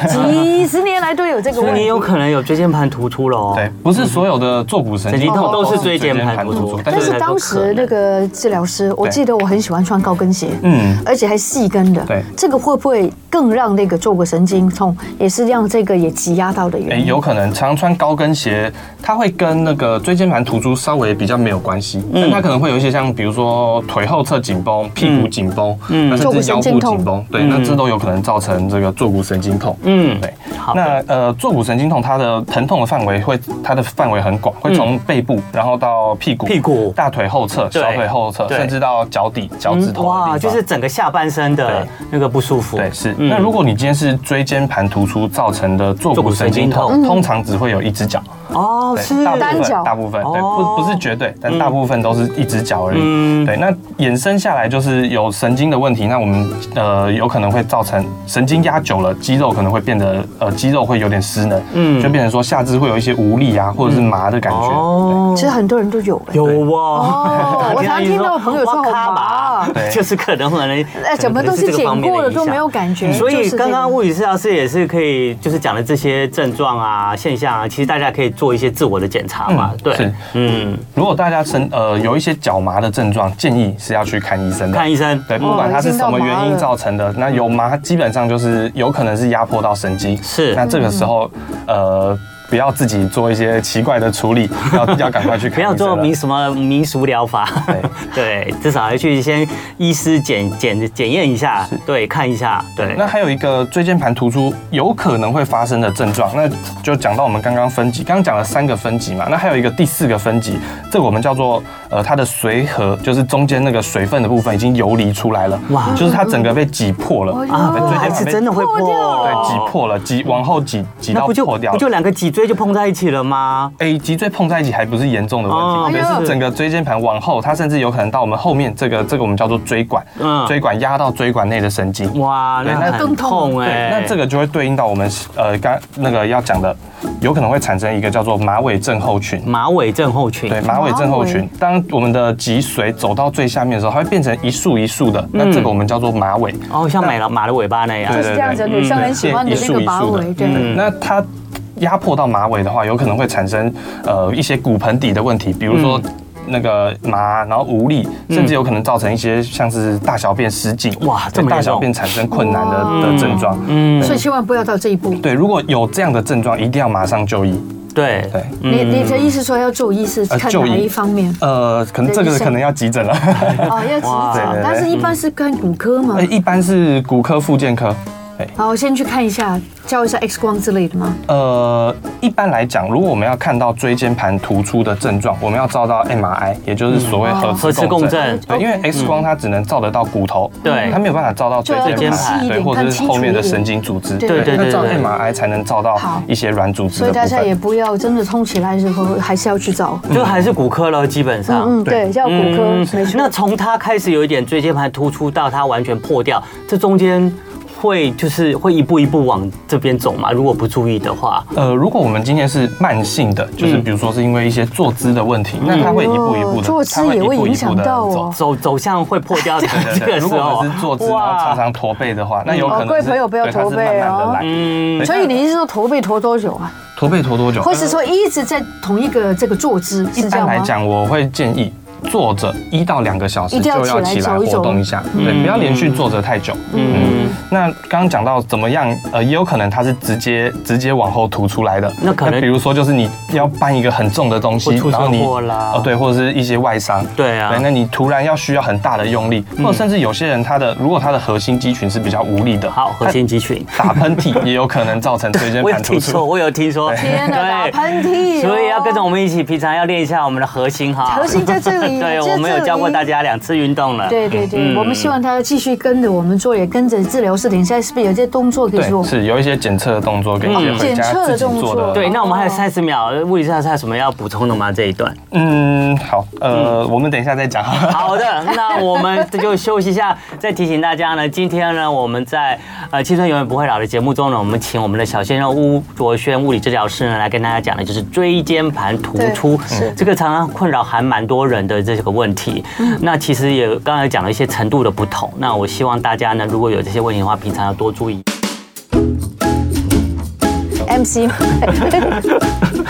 Speaker 1: 几十年来都有这个
Speaker 2: 所以
Speaker 1: 问
Speaker 2: 你
Speaker 1: 题。
Speaker 2: 有可能有椎间盘突出了哦。
Speaker 3: 对，，不是所有的坐骨神
Speaker 2: 神
Speaker 3: 经
Speaker 2: 经痛
Speaker 3: 痛
Speaker 2: 都是椎间盘突
Speaker 3: 突
Speaker 2: 出
Speaker 3: 出，但
Speaker 1: 但
Speaker 3: 是
Speaker 1: 是当时那个治疗师，我
Speaker 3: 对
Speaker 1: 记得我很喜欢穿高跟鞋，
Speaker 3: 嗯
Speaker 1: 而且还细跟的，
Speaker 3: 对
Speaker 1: 这个会不会更让那个坐骨神经痛，也是让这个也挤压到的
Speaker 3: 哎、
Speaker 1: 原因？
Speaker 3: 有可能常穿高跟鞋，它会跟那个椎间盘突出稍微比较没有关系，
Speaker 2: 嗯
Speaker 3: 但它可能会有一些像比如说腿后侧紧绷、屁股紧绷，
Speaker 2: 嗯
Speaker 3: 那甚至腰部紧绷，对，
Speaker 2: 嗯
Speaker 3: 那这都有可能造成这个坐骨神经痛。
Speaker 2: 嗯，
Speaker 3: 对，
Speaker 2: 好的，
Speaker 3: 那呃，坐骨神经痛它的疼痛的范围会，它的范围很广，会从背部，然后到屁股、
Speaker 2: 嗯屁股
Speaker 3: 大腿后侧、
Speaker 2: 对
Speaker 3: 小腿后侧，
Speaker 2: 对
Speaker 3: 甚至到脚底、脚趾头的地
Speaker 2: 嗯哇，
Speaker 3: 方。
Speaker 2: 就是整个下半身的
Speaker 3: 对
Speaker 2: 那个不舒服。
Speaker 3: 对，是。
Speaker 2: 嗯
Speaker 3: 那如果你今天是椎间盘突出造成的坐
Speaker 2: 坐骨
Speaker 3: 骨
Speaker 2: 神
Speaker 3: 神
Speaker 2: 经
Speaker 3: 经
Speaker 2: 痛
Speaker 3: 痛，通常只会有一只脚。
Speaker 2: 哦，
Speaker 3: 对
Speaker 2: 是
Speaker 3: 大部
Speaker 1: 单
Speaker 3: 分
Speaker 1: 脚
Speaker 3: 大部分对，
Speaker 2: 哦
Speaker 3: 不不是绝对，但大部分都是一只脚而已。
Speaker 2: 嗯
Speaker 3: 对，那衍生下来就是有神经的问题，那我们呃有可能会造成神经压久了，肌肉可能会变得呃肌肉会有点失能，
Speaker 2: 嗯
Speaker 3: 嗯，就变成说下肢会有一些无力啊，或者是麻的感觉。
Speaker 2: 哦
Speaker 1: 其实很多人都有、哎
Speaker 2: 有哇
Speaker 1: 哦，
Speaker 2: *laughs*
Speaker 1: 我常听到朋友说好麻
Speaker 3: 对
Speaker 2: 就是可能可能
Speaker 1: 哎，怎么都是剪过的都没有。感觉，
Speaker 2: 嗯所
Speaker 1: 就
Speaker 2: 以
Speaker 1: 是这
Speaker 2: 刚刚
Speaker 1: 个
Speaker 2: 物理治疗师也是可以，就是讲的这些症状啊、现象啊，其实大家可以做一些自我的检查嘛。
Speaker 3: 嗯
Speaker 2: 对
Speaker 3: 是，
Speaker 2: 嗯，
Speaker 3: 如果大家身呃有一些脚麻的症状，建议是要去看医生的。
Speaker 2: 看医生。
Speaker 3: 对，不管它是什么原因造成的，那有麻基本上就是有可能是压迫到神经，
Speaker 2: 是
Speaker 3: 那这个时候，呃，不要自己做一些奇怪的
Speaker 2: *laughs*
Speaker 3: 处理，要要赶快去看
Speaker 2: 不要
Speaker 3: 医生
Speaker 2: 做
Speaker 3: 了
Speaker 2: 民什么民俗疗法， *laughs* 对，至少要去先医师检检检验一下，对，看一下，对。
Speaker 3: 那还有一个椎间盘突出有可能会发生的症状，那就讲到我们刚刚分级，刚刚讲了三个分级嘛，那还有一个第四个分级，这个我们叫做呃它的髓核，就是中间那个水分的部分已经游离出来了，
Speaker 2: 哇
Speaker 3: 哇，就是它整个被挤破了，
Speaker 1: 啊
Speaker 3: 对
Speaker 2: 还是真的会破，
Speaker 3: 对，
Speaker 1: 哦
Speaker 3: 挤破了，挤往后挤挤
Speaker 2: 那
Speaker 3: 到
Speaker 2: 不就
Speaker 3: 破掉
Speaker 2: 不
Speaker 3: 了
Speaker 2: 就。两个脊椎就碰在一起了吗？
Speaker 3: 哎、脊椎碰在一起还不是严重的
Speaker 2: 哦
Speaker 3: 问题，
Speaker 1: 哎呦
Speaker 3: 对，是整个椎间盘往后，它甚至有可能到我们后面这个这个我们叫做椎管，
Speaker 2: 嗯
Speaker 3: 椎管压到椎管内的神经。
Speaker 1: 嗯
Speaker 2: 哇，
Speaker 3: 对
Speaker 2: 那
Speaker 3: 那欸
Speaker 2: 很
Speaker 1: 更痛
Speaker 2: 痛
Speaker 3: 对
Speaker 2: 哎、，
Speaker 3: 那这个就会对应到我们呃刚那个要讲的，有可能会产生一个叫做马尾症候群。
Speaker 2: 马尾症候群，
Speaker 3: 对，马尾症候
Speaker 1: 嗯马
Speaker 3: 群
Speaker 1: 尾，
Speaker 3: 当我们的脊髓走到最下面的时候，它会变成一束一束的，
Speaker 1: 嗯
Speaker 3: 那这个我们叫做马尾。
Speaker 2: 哦，像马了马的尾巴那样
Speaker 1: 就
Speaker 3: 对，
Speaker 1: 是这样子，
Speaker 3: 对
Speaker 1: 女生很喜欢的
Speaker 3: 一
Speaker 1: 那
Speaker 3: 束
Speaker 1: 个
Speaker 3: 一
Speaker 1: 马
Speaker 3: 束
Speaker 1: 尾，
Speaker 3: 的，
Speaker 1: 对。
Speaker 3: 那它压迫到马尾的话，有可能会产生呃一些骨盆底的问题，比如说。
Speaker 1: 嗯
Speaker 3: 那个麻，然后无力，甚至有可能造成一些像是大小便失禁，
Speaker 2: 哇这
Speaker 3: 对
Speaker 2: 么严重
Speaker 3: 大小便产生困难的的症状。
Speaker 2: 嗯，
Speaker 1: 所以千万不要到这一步。
Speaker 3: 对，如果有这样的症状，一定要马上就医。
Speaker 2: 对
Speaker 3: 对，
Speaker 1: 你你的意思说要就医是
Speaker 3: 呃
Speaker 1: 看
Speaker 3: 就
Speaker 1: 哪
Speaker 3: 医
Speaker 1: 一方面？
Speaker 3: 呃，可能这个可能要急诊了。 *laughs*
Speaker 1: 哦，要急
Speaker 2: 哇
Speaker 1: 诊
Speaker 3: 对对，
Speaker 1: 但是一般是看骨科嘛
Speaker 3: 呃。一般是骨科、附件科。
Speaker 1: 然后先去看一下，照一下 X 光之类的吗？
Speaker 3: 呃，一般来讲，如果我们要看到椎间盘突出的症状，我们要照到 MRI，也就是所谓核
Speaker 2: 嗯哦核磁
Speaker 3: 磁
Speaker 2: 共
Speaker 3: 共振。
Speaker 2: 振，哦嗯
Speaker 3: 对，
Speaker 1: 哦
Speaker 3: 嗯因为 X 光它只能照得到骨头，
Speaker 2: 对
Speaker 3: 它没有办法照到椎
Speaker 2: 就要
Speaker 3: 间
Speaker 2: 更细
Speaker 3: 盘，
Speaker 1: 一点
Speaker 3: 对，或者
Speaker 1: 更
Speaker 3: 是
Speaker 1: 清楚
Speaker 3: 后面的
Speaker 1: 一点
Speaker 3: 神经组织，
Speaker 1: 对
Speaker 2: 对对
Speaker 3: 那照
Speaker 2: 对
Speaker 3: MRI 才能照到
Speaker 1: 好
Speaker 3: 一些软组织
Speaker 1: 所以
Speaker 3: 的
Speaker 1: 大
Speaker 3: 部
Speaker 1: 家也
Speaker 3: 分。
Speaker 1: 不要真的痛起来的时候还是要去找。
Speaker 2: 就还是骨科了，基本上。
Speaker 1: 嗯，对，叫骨科
Speaker 2: 嗯，
Speaker 1: 没错。
Speaker 2: 那从它开始有一点椎间盘突出到它完全破掉，这中间会就是会一步一步往这边走嘛？如果不注意的话，
Speaker 3: 呃，如果我们今天是慢性的，就是比如说是因为一些坐姿的问题，那它会一步一步
Speaker 1: 嗯哦
Speaker 3: 的，
Speaker 1: 坐姿
Speaker 3: 它
Speaker 1: 也会
Speaker 3: 一步一步
Speaker 1: 影响
Speaker 3: 地
Speaker 1: 到
Speaker 3: 走
Speaker 1: 哦。
Speaker 2: 走走向会破掉的这
Speaker 3: 对 *laughs* 对对
Speaker 2: 个时
Speaker 3: 如果
Speaker 2: 候，
Speaker 3: 我们是坐姿，然后常常驼背的话，那有可能
Speaker 1: 哦各位
Speaker 3: 是
Speaker 1: 朋友不要
Speaker 3: 对它是
Speaker 1: 驼背
Speaker 3: 慢慢
Speaker 1: 哦
Speaker 3: 地来
Speaker 2: 嗯
Speaker 3: 对
Speaker 1: 所以你意思说驼背驼多久啊？
Speaker 3: 驼背驼多久？
Speaker 1: 或是说一直在同一个这个坐姿，
Speaker 3: 一
Speaker 1: 是这
Speaker 3: 般
Speaker 1: 样
Speaker 3: 来
Speaker 1: 吗？
Speaker 3: 讲，我会建议坐着一到两个小时
Speaker 1: 一
Speaker 3: 就
Speaker 1: 定要
Speaker 3: 要
Speaker 1: 起
Speaker 3: 起
Speaker 1: 来
Speaker 3: 来
Speaker 1: 走一走嗯
Speaker 3: 活动一下，对，不要连续坐着太久。
Speaker 2: 嗯
Speaker 3: 嗯，那刚刚讲到怎么样，呃，也有可能它是直接直接往后凸出来的。
Speaker 2: 那可能
Speaker 3: 比如说就是你要搬一个很重的东西
Speaker 2: 会，出
Speaker 3: 然后你
Speaker 2: 车祸啦
Speaker 3: 哦对，或者是一些外伤。
Speaker 2: 对啊
Speaker 3: 对，那你突然要需要很大的用力，
Speaker 1: 嗯
Speaker 3: 或者甚至有些人他的如果他的核心肌群是比较无力的，
Speaker 2: 好，核心肌群。
Speaker 3: 他打喷
Speaker 1: *laughs*
Speaker 3: 嚏也有可能造成椎间
Speaker 2: 我有
Speaker 3: 盘突
Speaker 2: 听说，
Speaker 3: 出。
Speaker 2: 我有听说，
Speaker 1: 天哪，打
Speaker 2: 对，
Speaker 1: 喷嚏哦！
Speaker 2: 所以要跟着我们一起，平常要练一下我们的核心哈。
Speaker 1: 核心在这里
Speaker 2: *laughs* 对，我们有教过大
Speaker 1: 家。
Speaker 2: 家两次运动了。
Speaker 1: 对对对，
Speaker 2: 嗯
Speaker 1: 我们希望他继续跟着我们做，也跟着治疗师。等现在是不是有些动作可以
Speaker 3: 对，
Speaker 1: 做？
Speaker 3: 是有一些检测的动作跟一些回
Speaker 1: 检
Speaker 3: 家
Speaker 1: 测的
Speaker 3: 自己
Speaker 1: 动
Speaker 3: 做
Speaker 1: 作
Speaker 3: 的。
Speaker 2: 对，那我们还有
Speaker 1: 哦
Speaker 2: 三十秒，物理上还有什么要补充的吗？这
Speaker 1: *laughs*
Speaker 2: 一段？
Speaker 3: 嗯，好，呃，我们等一下再 *laughs* 讲。
Speaker 2: 好的，那我们就休息一下。再提醒大家呢，今天呢，我们在呃《青春永远不会老》的节目中呢，我们请我们的小鲜肉巫卓轩物理治疗师呢来跟大家讲的就是椎间盘突出
Speaker 1: 对嗯是，
Speaker 2: 这个常常困扰还蛮多人的这个问题。
Speaker 1: 嗯
Speaker 2: 那其实也刚才讲了一些程度的不同。那我希望大家呢，如果有这些问题的话，平常要多注意。
Speaker 1: *laughs* MC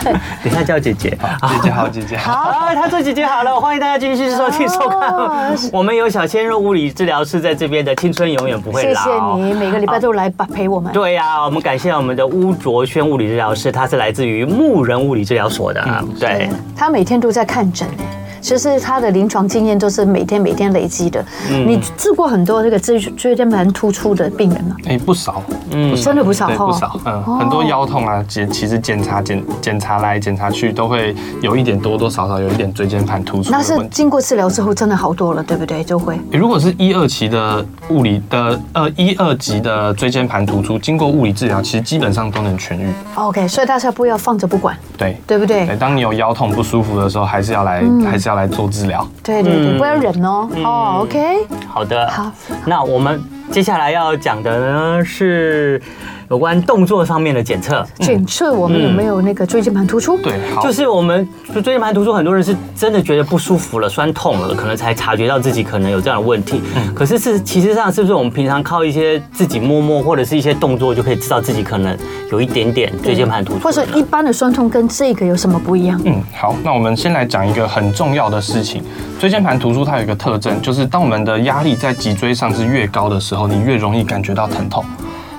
Speaker 2: 等一下叫姐姐。
Speaker 3: 姐姐好，姐姐好。
Speaker 2: 啊，他做姐姐好了，欢迎大家继续收听收看
Speaker 1: 哦是。
Speaker 2: 我们有小鲜肉物理治疗师在这边的青春永远不会
Speaker 1: 谢
Speaker 2: 老。
Speaker 1: 谢你每个礼拜都来吧陪我们。
Speaker 2: 对呀、我们感谢我们的巫卓轩物理治疗师，他是来自于牧人物理治疗所的。
Speaker 1: 嗯
Speaker 3: 哎
Speaker 2: 对，
Speaker 1: 他每天都在看诊耶。其实他的临床经验都是每天每天累积的。
Speaker 3: 嗯
Speaker 1: 你治过很多这个椎椎间盘突出的病人吗？啊
Speaker 3: *laughs* 哎，不少，
Speaker 2: 嗯，
Speaker 1: 真的不少哦
Speaker 3: 对，
Speaker 1: 哈
Speaker 3: 不少，嗯，很多腰痛啊，检其实检查检检查来检查去都会有一点多多少少有一点椎间盘突出
Speaker 1: 那
Speaker 3: 的
Speaker 1: 是
Speaker 3: 问题。
Speaker 1: 经过治疗之后真的好多了，对不对？就会
Speaker 3: 诶如果是一二期的物理的呃一二级的椎间盘突出，经过物理治疗，其实基本上都能痊愈。
Speaker 1: OK，所以大家不要放着不管，
Speaker 3: 对
Speaker 1: 对不对
Speaker 3: 对，？当你有腰痛不舒服的时候，还是要来
Speaker 1: 嗯
Speaker 3: 还是要来做治疗。
Speaker 1: 对对
Speaker 3: 嗯
Speaker 1: 对，不要忍哦。哦，OK，
Speaker 2: 好的。
Speaker 1: 好，
Speaker 2: 那我们接下来要讲的呢是有关动作上面的检测，
Speaker 1: 检测我们有没有那个椎间盘突出？
Speaker 3: 嗯对，好，
Speaker 2: 就是我们椎间盘突出，很多人是真的觉得不舒服了、酸痛了，可能才察觉到自己可能有这样的问题。
Speaker 3: 嗯
Speaker 2: 可是是其实上是不是我们平常靠一些自己摸摸或者是一些动作就可以知道自己可能有一点点椎间盘突出
Speaker 1: 或
Speaker 2: 了？
Speaker 1: 者一般的酸痛跟这个有什么不一样？
Speaker 3: 嗯，好，那我们先来讲一个很重要的事情。椎间盘突出它有一个特征，就是当我们的压力在脊椎上是越高的时候，你越容易感觉到疼痛。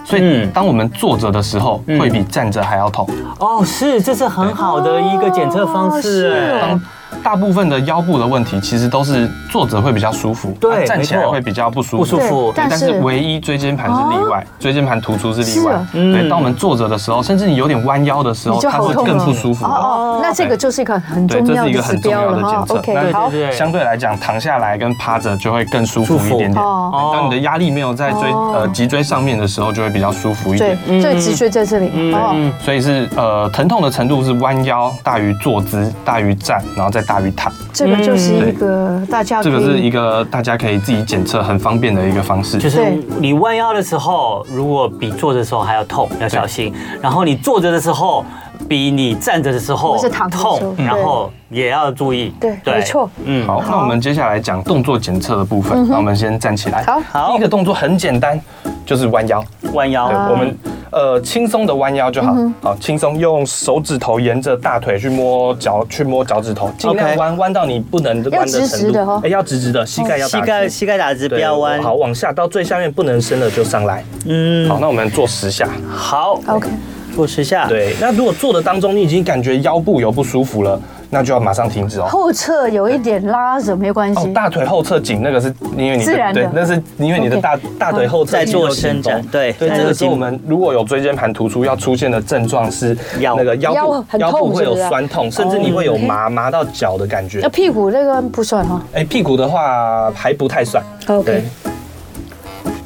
Speaker 3: 所以
Speaker 2: 嗯，
Speaker 3: 当我们坐着的时候，会比站着还要痛。
Speaker 2: 哦，是，这是很好的一个检测方式。
Speaker 1: 哦
Speaker 2: 哎
Speaker 1: 是哦
Speaker 3: 大部分的腰部的问题，其实都是坐着会比较舒服，
Speaker 2: 对
Speaker 3: 啊站起
Speaker 2: 没
Speaker 3: 来
Speaker 2: 错
Speaker 3: 会比较不舒服。
Speaker 2: 不舒
Speaker 1: 对
Speaker 2: 服
Speaker 3: 对
Speaker 1: 但
Speaker 3: 但是
Speaker 1: 是哦
Speaker 3: 唯一椎间盘是例外，椎间盘突出是例
Speaker 1: 是
Speaker 3: 外
Speaker 1: 啊。
Speaker 2: 嗯
Speaker 3: 对，当我们坐着的时候，甚至你有点弯腰的时
Speaker 1: 你
Speaker 3: 候，
Speaker 1: 就
Speaker 3: 它
Speaker 1: 好
Speaker 3: 是
Speaker 1: 痛
Speaker 3: 更
Speaker 1: 了。
Speaker 3: 不舒服
Speaker 1: 哦
Speaker 3: 的。
Speaker 1: 哦，那这个就是一个很
Speaker 3: 对，
Speaker 1: 重
Speaker 3: 这
Speaker 1: 要
Speaker 3: 是一
Speaker 1: 的
Speaker 3: 个
Speaker 1: 指
Speaker 3: 很重
Speaker 1: 标
Speaker 3: 要的
Speaker 1: 了哈
Speaker 3: 检。测。
Speaker 1: OK，
Speaker 3: 那
Speaker 1: 好
Speaker 2: 对对对
Speaker 3: 相对来讲，躺下来跟趴着就会更舒服一点
Speaker 2: 舒服
Speaker 3: 点。
Speaker 1: 哦
Speaker 3: 当你的压力没有在椎
Speaker 1: 哦
Speaker 3: 呃脊椎上面的时候，就会比较舒服一
Speaker 1: 对
Speaker 3: 点。，
Speaker 1: 所以脊椎在这里哦。
Speaker 2: 嗯，
Speaker 3: 所以是呃疼痛的程度是弯腰大于坐姿大于站，然后再大于躺。
Speaker 1: 这个就是一个大家可
Speaker 3: 嗯这
Speaker 1: 以
Speaker 3: 个是一个大家可以自己检测很方便的一个方式。
Speaker 2: 就是
Speaker 1: 对
Speaker 2: 你弯腰的时候，如果比坐着的时候还要痛，要小心。然后你坐着的时候，比你站着的时候
Speaker 1: 或是躺着的时候
Speaker 2: 痛，
Speaker 1: 嗯
Speaker 2: 然后也要注意。
Speaker 1: 对没错
Speaker 2: 嗯，
Speaker 3: 好，那我们接下来讲动作检测的部分。那我们先站起来。
Speaker 1: 嗯好
Speaker 2: 好
Speaker 3: 第一个动作很简单，就是弯腰。
Speaker 2: 弯
Speaker 1: 啊
Speaker 2: 腰
Speaker 3: 对，我们呃轻松的弯腰就
Speaker 1: 嗯
Speaker 3: 好，好轻松，用手指头沿着大腿去摸脚，去摸脚趾头，尽量
Speaker 2: OK
Speaker 3: 弯弯到你不能弯的程
Speaker 1: 直
Speaker 3: 度，
Speaker 1: 直的哦
Speaker 3: 哎要直直的，膝盖要打
Speaker 2: 哦膝
Speaker 3: 直
Speaker 2: 盖膝盖打直，不
Speaker 3: 对
Speaker 2: 要弯。
Speaker 3: 好，，往下到最下面不能伸了就上来。
Speaker 2: 嗯，
Speaker 3: 好，那我们做十下。
Speaker 2: 好，
Speaker 1: OK，
Speaker 2: 做十下。，
Speaker 3: 对，那如果做的当中你已经感觉腰部有不舒服了，那就要马上停止哦。
Speaker 1: 后侧有一点拉着没关
Speaker 3: 哦
Speaker 1: 系，。
Speaker 3: 大腿后侧紧，那个是因为你
Speaker 1: 自然的
Speaker 3: 对，那是因为你的大大腿后侧
Speaker 2: 在做
Speaker 3: 肌肉紧
Speaker 2: 伸展
Speaker 3: 绷
Speaker 2: 对
Speaker 3: 对，
Speaker 2: 在
Speaker 3: 这
Speaker 2: 做
Speaker 3: 个时候我
Speaker 2: 紧
Speaker 3: 们如果有椎间盘突出，要出现的症状是
Speaker 2: 腰
Speaker 3: 那个腰
Speaker 1: 腰
Speaker 3: 部
Speaker 1: 很
Speaker 3: 腰部
Speaker 1: 痛
Speaker 3: 会
Speaker 1: 是不
Speaker 3: 有
Speaker 1: 是啊
Speaker 3: 酸痛，甚至你会有麻麻到脚的感
Speaker 1: 那
Speaker 3: 觉。
Speaker 1: 屁股那个不算哈。
Speaker 3: 哎，屁股的话还不太算。对
Speaker 1: OK，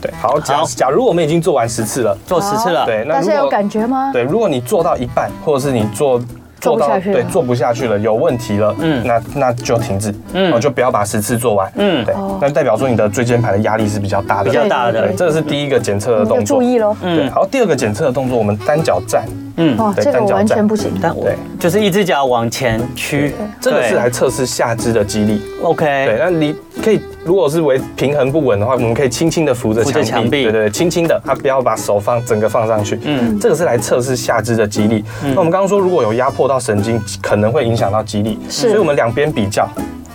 Speaker 3: 对，好，假
Speaker 2: 好
Speaker 3: 假如我们已经做完十次了，
Speaker 2: 做十次了。
Speaker 3: 对那
Speaker 1: 大
Speaker 3: 如
Speaker 1: 家
Speaker 3: 果
Speaker 1: 有感觉吗？
Speaker 3: 对，如果你做到一半，或者是你做。
Speaker 1: 做不
Speaker 3: 到
Speaker 1: 下去了
Speaker 3: 对做不下去了，有问题了，
Speaker 2: 嗯
Speaker 3: 嗯，那那就停止，嗯，就不要把十次做完，
Speaker 2: 嗯
Speaker 3: 嗯，对
Speaker 1: 哦，
Speaker 3: 那代表说你的椎间盘的压力是比较大
Speaker 2: 比
Speaker 3: 的，
Speaker 2: 较大
Speaker 1: 对
Speaker 2: 的
Speaker 3: 对，，这是第一个检测的
Speaker 1: 要
Speaker 3: 动作。
Speaker 1: 注意喽。
Speaker 3: 对，好，第二个检测的动作，我们单脚站，
Speaker 2: 嗯，
Speaker 1: 哦，
Speaker 3: 对
Speaker 1: 这个
Speaker 3: 单
Speaker 1: 我
Speaker 3: 脚
Speaker 1: 完全
Speaker 3: 站
Speaker 1: 不行。
Speaker 2: 但我
Speaker 3: 对
Speaker 2: 就是一只脚往前屈，
Speaker 3: 这个是
Speaker 2: 对
Speaker 3: 来测试下肢的肌力。对，
Speaker 2: OK，
Speaker 3: 那你可以，如果是为平衡不稳的话，我们可以轻轻的扶着
Speaker 2: 扶着
Speaker 3: 墙壁，
Speaker 2: 墙壁
Speaker 3: 对对对，轻轻的，它不要把手放整个放上去。
Speaker 2: 嗯
Speaker 3: 嗯，这个是来测试下肢的肌力。那我们刚刚说，如果有压迫到神经，可能会影响到肌力，
Speaker 1: 是
Speaker 3: 所以我们两边比较，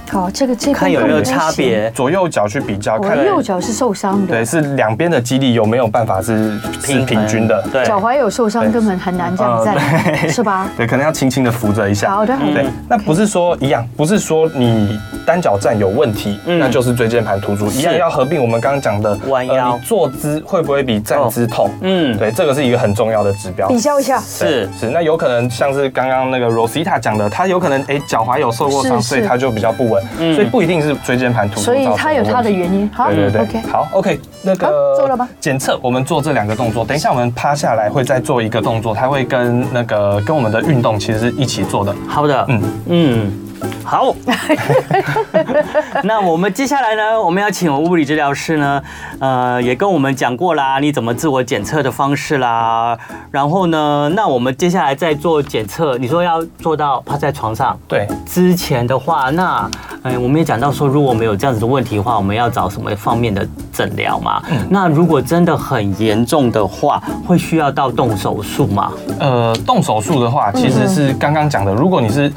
Speaker 1: 好，哦这个这个
Speaker 2: 看有没
Speaker 1: 更
Speaker 2: 有
Speaker 1: 危
Speaker 2: 差
Speaker 1: 险。
Speaker 2: 别。
Speaker 3: 左右脚去比较，
Speaker 1: 我
Speaker 3: 看
Speaker 1: 的右脚是受伤
Speaker 3: 对
Speaker 1: 的，
Speaker 3: 是两边的肌力有没有办法是是平均的。
Speaker 2: 对，
Speaker 1: 脚踝有受伤，
Speaker 3: 对
Speaker 1: 根本很难这样
Speaker 3: 嗯
Speaker 1: 站，
Speaker 3: 对
Speaker 1: 是吧？
Speaker 3: 对，可能要轻轻的扶着一下。
Speaker 1: 好的，好的
Speaker 3: 对，那不是说一样，不是说你单脚站有问题，
Speaker 2: 嗯
Speaker 3: 那就是椎间盘突出，一样要合并我们刚刚讲的
Speaker 2: 弯腰
Speaker 3: 呃你坐姿会不会比站姿痛？
Speaker 2: 嗯，
Speaker 3: 对，这个是一个很重要的指标。
Speaker 1: 比较一下。
Speaker 3: 对
Speaker 2: 是
Speaker 3: 是，那有可能像是刚刚那个 Rosita 讲的，她有可能哎脚踝有受过伤，
Speaker 1: 是是
Speaker 3: 所以她就比较不稳。
Speaker 2: 嗯
Speaker 3: 所以不一定是椎间盘突出
Speaker 1: 所以
Speaker 3: 造成
Speaker 1: 它有它的
Speaker 3: 问题
Speaker 1: 原因。好
Speaker 3: 对对对
Speaker 1: o k
Speaker 3: 好，OK，那个、
Speaker 1: 好做了吗？
Speaker 3: 检测，我们做这两个动作。等一下，我们趴下来会再做一个动作，它会跟那个跟我们的运动其实是一起做的。
Speaker 2: 好的，嗯
Speaker 3: 嗯
Speaker 2: 嗯，
Speaker 3: *laughs*
Speaker 2: 好。那我们接下来呢，我们要请物理治疗师呢，呃，也跟我们讲过啦，你怎么自我检测的方式啦。然后呢，那我们接下来再做检测，你说要做到趴在床上
Speaker 3: 对，
Speaker 2: 之前的话，那哎，我们也讲到说，如果我们有这样子的问题的话，我们要找什么方面的诊疗嘛？
Speaker 3: 嗯
Speaker 2: 那如果真的很严重的话，会需要到动手术吗？
Speaker 3: 呃，动手术的话，其实是刚刚讲的，如果你是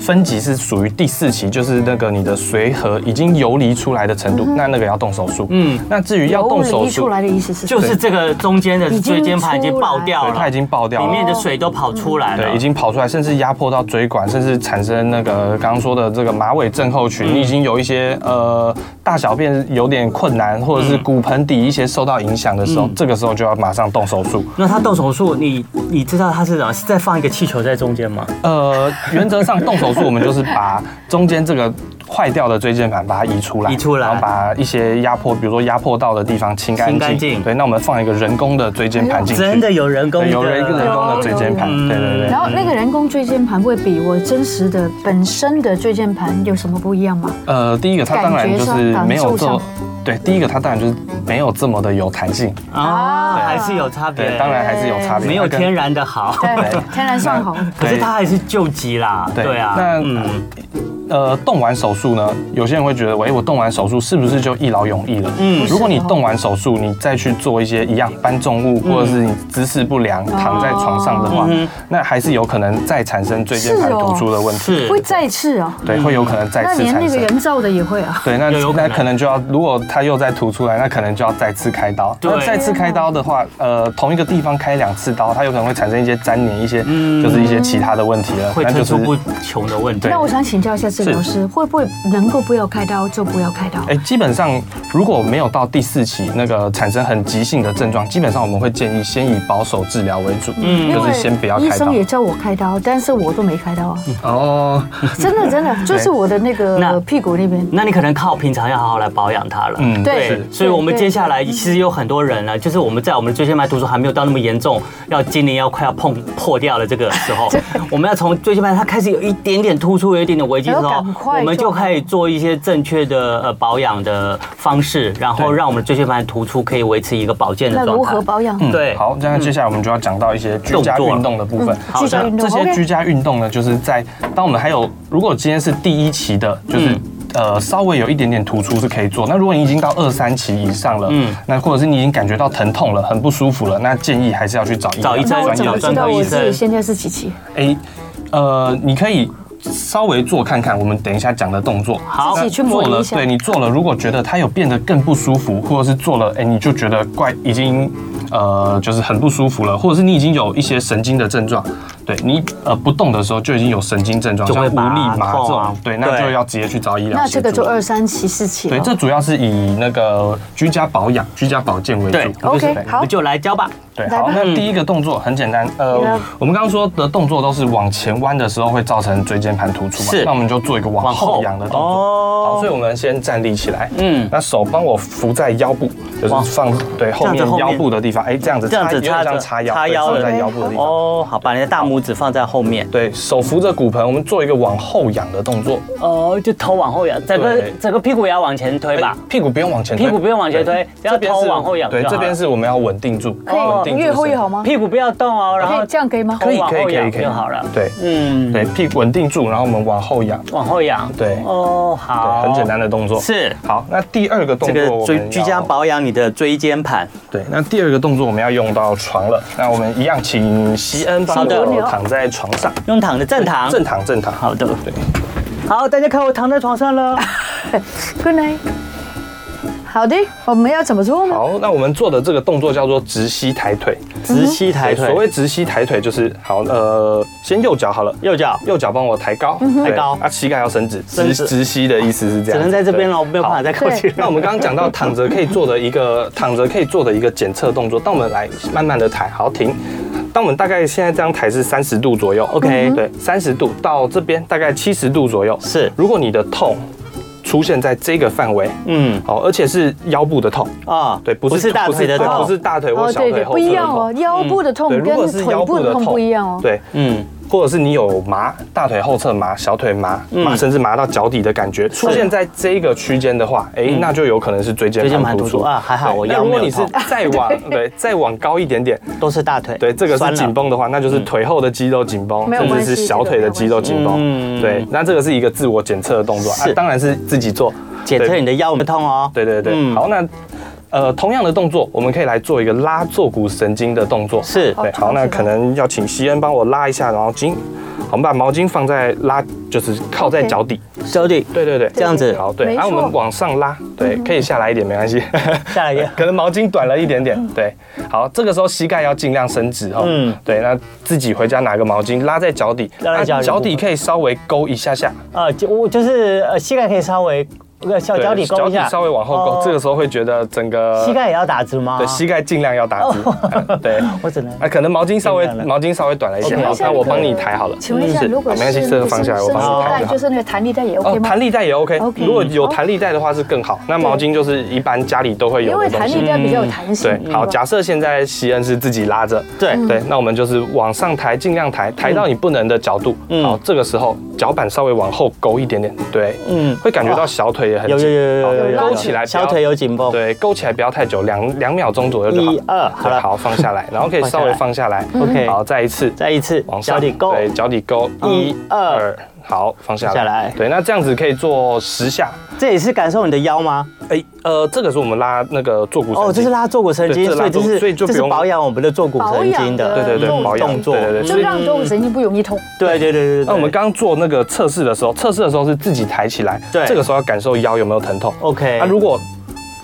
Speaker 3: 分级是属于第四期，就是那个你的髓核已经游离出来的程
Speaker 1: 嗯
Speaker 3: 度，那那个要动手术。
Speaker 2: 嗯
Speaker 3: 嗯，那至于要动手
Speaker 1: 离
Speaker 3: 术
Speaker 1: 出，来的意思是什
Speaker 2: 就
Speaker 1: 么？
Speaker 2: 是这个中间的椎间盘已经爆掉
Speaker 3: 对，
Speaker 2: 了，
Speaker 3: 它已经爆掉
Speaker 2: 里
Speaker 3: 了，
Speaker 2: 面的水都跑出来了，
Speaker 3: 对，已经跑出来，甚至压迫到椎管，甚至产生那个刚刚说的这个马尾症
Speaker 2: 嗯
Speaker 3: 候群。你已经有一些呃大小便有点困难，或者是骨盆底一些受到影响的时候，
Speaker 2: 嗯
Speaker 3: 这个时候就要马上动手术。
Speaker 2: 那他动手术，你你知道他是怎么？是再放一个气球在中间吗？ *laughs*
Speaker 3: 呃，原则上动手术，我们就是把中间这个坏掉的椎间盘把它移出来，
Speaker 2: 移出来
Speaker 3: 然后把一些压迫，比如说压迫到的地方清干
Speaker 2: 清
Speaker 3: 净。
Speaker 2: 干净哎
Speaker 3: 对，那我们放一个人工的椎间盘进去，
Speaker 2: 真的有人工
Speaker 3: 对
Speaker 2: 的，
Speaker 3: 有人人工的椎间盘，
Speaker 2: 嗯
Speaker 3: 对对对。
Speaker 1: 然后那个人工椎间盘会比我真实的本身的椎间盘有什么不一样吗？
Speaker 3: *laughs* 呃，第一个它当然就是
Speaker 1: 感觉上
Speaker 3: 没有
Speaker 1: 感受
Speaker 3: 做
Speaker 1: 上，
Speaker 3: 对，第一个它当然就是没有这么的有弹性，
Speaker 2: 啊，还是有差别，
Speaker 3: 对，当然还是有差别，
Speaker 2: 没有
Speaker 3: 它跟
Speaker 2: 天然的好，
Speaker 1: 对，天然上好。
Speaker 2: 可是
Speaker 3: 对
Speaker 2: 他还是救急啦，
Speaker 3: 对
Speaker 2: 对啊，
Speaker 3: 那呃，动完手术呢，有些人会觉得，喂，我动完手术是不是就一劳永逸了？
Speaker 2: 嗯
Speaker 3: 嗯，如果你
Speaker 1: 不是哦
Speaker 3: 动完手术，你再去做一些一样搬重物，或者是你姿势不良、躺在床上的话
Speaker 2: 嗯，
Speaker 3: 那还是有可能再产生椎间盘
Speaker 1: 是哦
Speaker 3: 突出的问题，
Speaker 2: 是
Speaker 1: 会再次啊、
Speaker 3: 对，会有可能再
Speaker 1: 那
Speaker 3: 次
Speaker 1: 连那
Speaker 3: 产
Speaker 1: 个
Speaker 3: 生。
Speaker 1: 人造的也会啊，
Speaker 3: 对，那
Speaker 2: 有有可
Speaker 3: 那
Speaker 2: 能
Speaker 3: 可能就要，如果它又再凸出来，那可能就要再次开刀。
Speaker 2: 对
Speaker 3: 那再次开刀的话，呃，同一个地方开两次刀，它有可能会产生一些粘连，一些就是一些其他的问题了。
Speaker 2: 嗯会
Speaker 3: 那
Speaker 2: 层
Speaker 3: 就是
Speaker 2: 出不穷的问题。
Speaker 1: 那我想请教一下治疗师，会不会能够不要开刀就不要开刀？
Speaker 3: 哎，基本上如果没有到第四期那个产生很急性的症状，基本上我们会建议先以保守治疗为主，嗯，就是先不要
Speaker 1: 医
Speaker 3: 开刀
Speaker 1: 生。也叫我开刀，但是我都没开刀啊，
Speaker 3: 哦，
Speaker 1: 真的真
Speaker 3: *laughs*
Speaker 1: 的，就是我的那
Speaker 2: 那
Speaker 1: 个屁股那边。
Speaker 2: 那你可能靠平常要好好来保养它了。
Speaker 3: 嗯
Speaker 1: 对
Speaker 2: *laughs* 对
Speaker 3: 是，
Speaker 2: 所以我们
Speaker 1: 对
Speaker 2: 接下来其实有很多人呢，就是我们在我们的椎间盘突出还没有到那么严重，要今年要快要碰破掉了这个
Speaker 1: *laughs*
Speaker 2: 时候，我们要从椎间盘它开始有一点点突出，有一点点危机的
Speaker 1: 要
Speaker 2: 时候
Speaker 1: 哎赶，快
Speaker 2: 我们就
Speaker 1: 做
Speaker 2: 可以做一些正确的呃保养的方式，然后
Speaker 3: 对
Speaker 2: 让我们的椎间盘突出可以维持一个保健的
Speaker 1: 那
Speaker 2: 状
Speaker 1: 如
Speaker 2: 态
Speaker 1: 何。保养？
Speaker 3: 嗯
Speaker 2: 对
Speaker 3: 好，这样接下来我们就要讲到一些居家
Speaker 2: 动作
Speaker 3: 运动的部分。
Speaker 1: 嗯居家运动
Speaker 3: 这些
Speaker 1: OK
Speaker 3: 居家运动呢，就是在当我们还有，如果今天是第一期的，就是、
Speaker 2: 嗯
Speaker 3: 呃稍微有一点点突出是可以做。那如果你已经到二三期以上了，
Speaker 2: 嗯
Speaker 3: 嗯，那或者是你已经感觉到疼痛了，很不舒服了，那建议还是要去找医
Speaker 2: 找医生
Speaker 1: 那
Speaker 3: 专
Speaker 1: 我怎
Speaker 3: 业
Speaker 1: 么
Speaker 3: 的
Speaker 1: 知
Speaker 3: 专
Speaker 1: 道
Speaker 3: 科
Speaker 1: 我
Speaker 3: 医
Speaker 1: 自
Speaker 3: 生。
Speaker 1: 己现在是几期？
Speaker 3: 哎，呃，你可以稍微做看看，我们等一下讲的动作。
Speaker 2: 好
Speaker 1: 自己去模
Speaker 3: 做
Speaker 1: 拟
Speaker 3: 了
Speaker 1: 一，下
Speaker 3: 对。你做了，如果觉得它有变得更不舒服，或者是做了，哎，你就觉得怪，已经呃就是很不舒服了，或者是你已经有一些神经的症状，对你呃不动的时候就已经有神经症状，
Speaker 2: 就
Speaker 3: 像
Speaker 2: 会
Speaker 3: 无力
Speaker 2: 麻
Speaker 3: 麻
Speaker 2: 痛
Speaker 3: 这
Speaker 2: 啊
Speaker 3: 种，对，那就
Speaker 2: 对
Speaker 3: 要直接去找医疗
Speaker 1: 那
Speaker 3: 协
Speaker 1: 这个就
Speaker 3: 助
Speaker 1: 二三期、四期
Speaker 3: 对，
Speaker 1: 了。
Speaker 3: 这主要是以那个居家保养、居家保健为主。
Speaker 2: 对
Speaker 1: OK，
Speaker 3: 对
Speaker 1: 好
Speaker 2: 我们就来教吧。嗯
Speaker 3: 对，
Speaker 1: 来
Speaker 3: 好，
Speaker 1: 吧
Speaker 3: 那第一个动作很简单，呃
Speaker 1: 对啊，
Speaker 3: 我们刚刚说的动作都是往前弯的时候会造成椎间盘突出嘛，
Speaker 2: 是
Speaker 3: 那我们就做一个往
Speaker 2: 往后
Speaker 3: 后仰的动
Speaker 2: 哦
Speaker 3: 作。好，所以我们先站立起来，
Speaker 2: 嗯
Speaker 3: 嗯，那手帮我扶在腰部，就是
Speaker 2: 往
Speaker 3: 放对后
Speaker 2: 这样
Speaker 3: 面
Speaker 2: 子后面
Speaker 3: 腰部的地方，哎，这样子
Speaker 2: 这样
Speaker 3: 插，
Speaker 2: 子
Speaker 3: 有点
Speaker 2: 插着
Speaker 3: 像叉腰，
Speaker 2: 插
Speaker 3: 对
Speaker 2: 腰
Speaker 3: 放在
Speaker 1: 了
Speaker 3: 腰部的地方。
Speaker 2: 哦，好，把你的大拇指放在后面。
Speaker 3: 对手扶着骨盆，我们做一个往后仰的动作，
Speaker 2: 哦，就头往后仰，整个
Speaker 3: 对
Speaker 2: 整个屁股也要往前推吧
Speaker 3: 哎。屁股不用往前推，
Speaker 2: 屁股不用往前推
Speaker 3: 对
Speaker 2: 不要
Speaker 3: 这边
Speaker 2: 头
Speaker 3: 是
Speaker 2: 往后仰
Speaker 3: 对
Speaker 2: 就，好
Speaker 3: 这边是我们要稳定住，
Speaker 1: 可
Speaker 3: 稳
Speaker 1: 以
Speaker 3: 哦定住
Speaker 1: 越厚越
Speaker 3: 身体
Speaker 1: 好吗？
Speaker 2: 屁股不要动哦，然
Speaker 1: 可
Speaker 2: 后
Speaker 1: 以这样可以吗？
Speaker 2: 可以
Speaker 3: 哎可以可以可以
Speaker 2: 就好了。
Speaker 3: 对，
Speaker 2: 嗯，
Speaker 3: 对，屁股稳定住，然后我们往后仰，
Speaker 2: 往后仰。
Speaker 3: 对
Speaker 2: 哦，好，
Speaker 3: 对，很简单的动作。
Speaker 2: 是
Speaker 3: 好，那第二个
Speaker 2: 这
Speaker 3: 动作
Speaker 2: 个
Speaker 3: 我
Speaker 2: 椎
Speaker 3: 们
Speaker 2: 居家
Speaker 3: 要
Speaker 2: 保养你的椎间盘，
Speaker 3: 对，那第二个动作我们要用到床了。那我们一样，请席恩帮
Speaker 2: 稍等
Speaker 3: 我躺在床上，
Speaker 2: 用躺的正躺。
Speaker 3: 正躺正躺。
Speaker 2: 好的
Speaker 3: 对，
Speaker 2: 好，大家看我躺在床上
Speaker 3: *laughs*
Speaker 2: 了。
Speaker 1: Good night。好的，我们要怎么做呢？哦
Speaker 3: 好，那我们做的这个动作叫做直膝抬腿。
Speaker 2: 直膝抬
Speaker 3: 对所
Speaker 2: 腿，
Speaker 3: 谓直膝抬腿就是好，呃，先右脚好了，
Speaker 2: 右脚
Speaker 3: 右脚帮我抬高，
Speaker 2: 嗯抬
Speaker 3: 抬
Speaker 2: 高
Speaker 3: 啊，膝盖要伸直，
Speaker 2: 伸
Speaker 3: 直
Speaker 2: 直
Speaker 3: 直膝的意思是这
Speaker 2: 只
Speaker 3: 样，
Speaker 2: 能在这边
Speaker 3: 对
Speaker 2: 了，我没有办法
Speaker 3: 好
Speaker 2: 再靠近
Speaker 3: *laughs*
Speaker 2: 了。
Speaker 3: 那我们刚刚讲到躺着可以做的一个躺着可以做的一个检测动作，当我们来慢慢的抬，好停。当我们大概现在这样抬是三十度左右
Speaker 1: 嗯
Speaker 2: OK
Speaker 3: 对，三十度到这边大概七十度左右。
Speaker 2: 是
Speaker 3: 如果你的痛出现在这个范围，
Speaker 2: 嗯
Speaker 3: 好，而且是腰部的痛，
Speaker 2: 啊，
Speaker 3: 对，不是
Speaker 2: 不是大腿的
Speaker 3: 不是对
Speaker 2: 痛
Speaker 3: 不是大腿或
Speaker 1: 哦，
Speaker 3: 小
Speaker 1: 对对，
Speaker 3: 腿后
Speaker 1: 不
Speaker 3: 侧
Speaker 1: 一
Speaker 3: 的
Speaker 1: 样
Speaker 3: 痛
Speaker 1: 哦，。腰部的痛
Speaker 3: 对，如果
Speaker 1: 跟
Speaker 3: 是
Speaker 1: 腿
Speaker 3: 腰
Speaker 1: 部
Speaker 3: 部
Speaker 1: 的
Speaker 3: 的
Speaker 1: 痛
Speaker 3: 痛
Speaker 1: 不一样哦。
Speaker 3: 对，
Speaker 2: 嗯，
Speaker 3: 或者是你有麻，大腿后侧麻、小腿麻，
Speaker 2: 嗯
Speaker 3: 麻甚至麻到脚底的感觉，出现在这个区间的话，哎，那就有可能是椎间
Speaker 2: 嗯椎间
Speaker 3: 盘
Speaker 2: 盘
Speaker 3: 突
Speaker 2: 突
Speaker 3: 出
Speaker 2: 出啊还好
Speaker 3: 对
Speaker 2: 我
Speaker 3: 那
Speaker 2: 腰
Speaker 3: 如
Speaker 2: 没
Speaker 3: 果
Speaker 2: 有
Speaker 3: 你是
Speaker 2: 痛
Speaker 3: 再
Speaker 2: *laughs*
Speaker 3: 往对再往高一点点，
Speaker 2: 都是大腿，
Speaker 3: 对，这个
Speaker 2: 酸
Speaker 3: 是
Speaker 2: 了
Speaker 3: 紧绷的话，那就是腿后的肌肉紧绷，
Speaker 1: 没有
Speaker 3: 甚
Speaker 1: 关
Speaker 3: 至
Speaker 1: 系
Speaker 3: 是小腿的肌肉紧
Speaker 2: 嗯
Speaker 3: 绷。对，那这个是一个自我检测的动作，啊
Speaker 2: 是，
Speaker 3: 当然是自己做
Speaker 2: 检测你的腰有没有痛哦。
Speaker 3: 对对对，
Speaker 2: 嗯
Speaker 3: 好，那呃，同样的动作，我们可以来做一个拉坐骨神经的动作。
Speaker 2: 是
Speaker 3: 对，
Speaker 1: 哦
Speaker 3: 好，
Speaker 1: 超
Speaker 3: 那
Speaker 1: 级棒
Speaker 3: 可能要请西恩帮我拉一下毛巾。好我们把毛巾放在拉，就是靠在
Speaker 1: OK
Speaker 3: 脚底。
Speaker 2: 周弟，
Speaker 3: 对对对，
Speaker 2: 这样子
Speaker 3: 好，对，
Speaker 1: 没
Speaker 3: 然后我
Speaker 1: 错
Speaker 3: 们往上拉，对，可以下来一点，没关系。
Speaker 2: 嗯 *laughs* 下来一点
Speaker 3: *laughs* 可能毛巾短了一点点，对。好，这个时候膝盖要尽量伸直哦。
Speaker 2: 嗯
Speaker 3: 嗯，对，那自己回家拿个毛巾拉在脚底，
Speaker 2: 拉在脚底
Speaker 3: 那脚底可以稍微勾一下下，
Speaker 2: 呃，就我就是呃膝盖可以稍微呃小
Speaker 3: 对
Speaker 2: 脚底勾一下，
Speaker 3: 脚底稍微往后
Speaker 2: 哦
Speaker 3: 勾，这个时候会觉得整个
Speaker 2: 膝盖啊哦也要打直吗？
Speaker 3: 对，膝盖尽量要打直。嗯 *laughs* 对，
Speaker 2: 我只能
Speaker 3: 啊，可能毛巾稍微
Speaker 2: 尽量了
Speaker 3: 毛巾稍微短了一些，
Speaker 2: OK
Speaker 3: 好，
Speaker 1: 像
Speaker 3: 那我
Speaker 1: 那个
Speaker 3: 帮你抬好了。嗯
Speaker 1: 请问一下，
Speaker 3: 是啊
Speaker 1: 如果
Speaker 3: 好没关系
Speaker 1: 是
Speaker 3: 这个
Speaker 1: 那
Speaker 3: 放下来我
Speaker 1: 生
Speaker 3: 帮
Speaker 2: 你
Speaker 1: 生死
Speaker 2: 抬
Speaker 3: 就
Speaker 1: 带，
Speaker 3: 好
Speaker 1: 就是那个弹力带也 OK
Speaker 3: 哦，
Speaker 1: 吗？
Speaker 3: 弹力带也 OK，
Speaker 1: OK 哦
Speaker 3: 如果有
Speaker 1: 好
Speaker 3: 弹力带的话是更好。那毛巾就是一般家里都会
Speaker 1: 因
Speaker 3: 有
Speaker 1: 为
Speaker 3: 的
Speaker 1: 弹
Speaker 3: 东
Speaker 1: 力
Speaker 3: 西。嗯
Speaker 1: 带比较有弹性。
Speaker 3: 对，好，假设现在席恩是自己拉着，
Speaker 2: 对
Speaker 3: 对，
Speaker 1: 嗯
Speaker 3: 那我们就是往上抬，尽量抬，抬到你不能的角度。
Speaker 2: 嗯
Speaker 3: 好，这个时候脚板稍微往后勾一点点，对，
Speaker 2: 嗯
Speaker 3: 会感觉到小腿也很
Speaker 2: 有有
Speaker 3: 紧
Speaker 2: 有有
Speaker 3: 好
Speaker 2: 有有
Speaker 3: 勾起来，
Speaker 2: 小腿有紧绷，
Speaker 3: 对，勾起来不要太久，两两秒钟左右就好。
Speaker 2: 一二好
Speaker 3: 对
Speaker 2: 了
Speaker 3: 好放下来，然后可以稍微放下来。
Speaker 2: OK
Speaker 3: 好，再一次，
Speaker 2: 再一次
Speaker 3: 往上，
Speaker 2: 脚底勾，嗯
Speaker 3: 对，脚底勾，一
Speaker 2: 二
Speaker 3: 二，好，放下来。
Speaker 2: 下来
Speaker 3: 对，那这样子可以做十下。
Speaker 2: 这也是感受你的腰吗？
Speaker 3: 哎，呃，这个是我们拉那个坐骨神经。
Speaker 2: 哦，这是拉坐骨神经，
Speaker 3: 对这
Speaker 2: 所
Speaker 3: 拉
Speaker 2: 以这
Speaker 3: 坐骨所
Speaker 2: 是
Speaker 3: 以就
Speaker 2: 这
Speaker 3: 不
Speaker 2: 是
Speaker 3: 用
Speaker 2: 保养我们的坐骨神经的，
Speaker 1: 保养的
Speaker 3: 对对对，
Speaker 1: 动
Speaker 3: 保养
Speaker 2: 动作
Speaker 3: 对对对。嗯
Speaker 1: 就
Speaker 3: 所以
Speaker 1: 让坐骨神经不容易痛。
Speaker 2: 对对对对对。
Speaker 3: 那我们刚做那个测试的时候，测试的时候是自己抬起来，
Speaker 2: 对
Speaker 3: 这个时候要感受腰有没有疼痛。啊
Speaker 2: OK，
Speaker 3: 那如果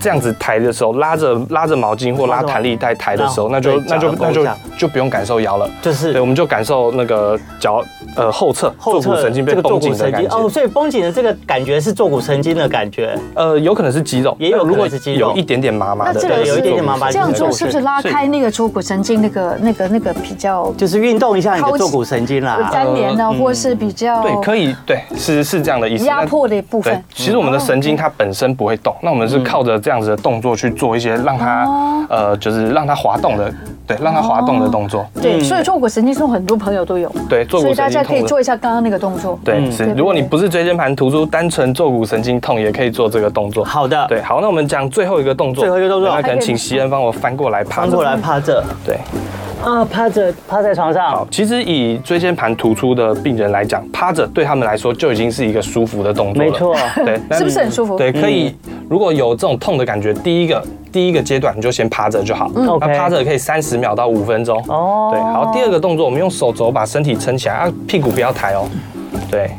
Speaker 3: 这样子抬的时候，拉着拉着毛巾或拉弹力带抬的时候，
Speaker 2: 那
Speaker 3: 那就
Speaker 2: 对
Speaker 3: 那就
Speaker 2: 脚
Speaker 3: 那就
Speaker 2: 勾一下
Speaker 3: 就不用感受腰了。
Speaker 2: 就是
Speaker 3: 对，我们就感受那个脚呃后侧
Speaker 2: 后
Speaker 3: 坐
Speaker 2: 侧
Speaker 3: 骨神经
Speaker 2: 这
Speaker 3: 被
Speaker 2: 个坐
Speaker 3: 绷
Speaker 2: 骨
Speaker 3: 紧的
Speaker 2: 神
Speaker 3: 感
Speaker 2: 经
Speaker 3: 觉。
Speaker 2: 哦，所以绷紧的这个感觉是坐骨神经的感觉，
Speaker 3: 呃，有可能是肌肉，
Speaker 2: 也有可能
Speaker 3: 如果
Speaker 2: 是肌肉
Speaker 3: 有一点点麻麻
Speaker 1: 那
Speaker 3: 的，
Speaker 1: 这
Speaker 2: 对
Speaker 1: 个
Speaker 2: 有一
Speaker 1: 是
Speaker 2: 点点麻烦
Speaker 1: 这样做
Speaker 2: 就是
Speaker 1: 是不是拉开那个坐骨神经那个那个那个比较
Speaker 2: 就是运动一下你的坐骨神经啦。
Speaker 1: 粘连呢，或是比较
Speaker 3: 啊
Speaker 2: 哦
Speaker 3: 嗯对，可以，对，是是这样的意思。
Speaker 1: 压
Speaker 3: 那
Speaker 1: 迫的部分
Speaker 3: 对，其实我们的神经它本身不会动，那我们
Speaker 2: 嗯
Speaker 3: 是靠着这样子的动作去做一些让它呃，就是让它滑动的，对，让它滑动的动作。
Speaker 1: 对，所以坐骨神经痛很多朋友都有，
Speaker 3: 对，坐
Speaker 1: 所
Speaker 3: 骨
Speaker 1: 以大
Speaker 3: 神经
Speaker 1: 家可以
Speaker 3: 痛
Speaker 1: 做
Speaker 3: 的。
Speaker 1: 一下刚刚那个动作。哦
Speaker 2: 嗯
Speaker 3: 对，是
Speaker 1: 对。
Speaker 3: 如果你不是椎间盘突出，单纯坐骨神经痛也可以做这个动作。
Speaker 2: 好的
Speaker 3: 对，好，那我们讲最后一个动作。
Speaker 2: 最后一个动作
Speaker 3: 对那可能请席恩帮我翻过来趴
Speaker 2: 翻
Speaker 3: 着。
Speaker 2: 过来趴着，
Speaker 3: 对，
Speaker 2: 啊，趴着趴在床上
Speaker 3: 好，，其实以椎间盘突出的病人来讲，趴着对他们来说就已经是一个舒服的动作了。
Speaker 2: 没错
Speaker 3: 对，那
Speaker 1: *laughs* 是不是很舒服
Speaker 3: 对，可以。
Speaker 2: 嗯
Speaker 3: 如果有这种痛的感觉，第一个第一个阶段你就先趴着就好。那
Speaker 2: 嗯 OK
Speaker 3: 趴着可以三十秒到五分钟。
Speaker 2: 哦
Speaker 3: 对，好。第二个动作，我们用手肘把身体撑起来，啊，屁股不要抬哦。对。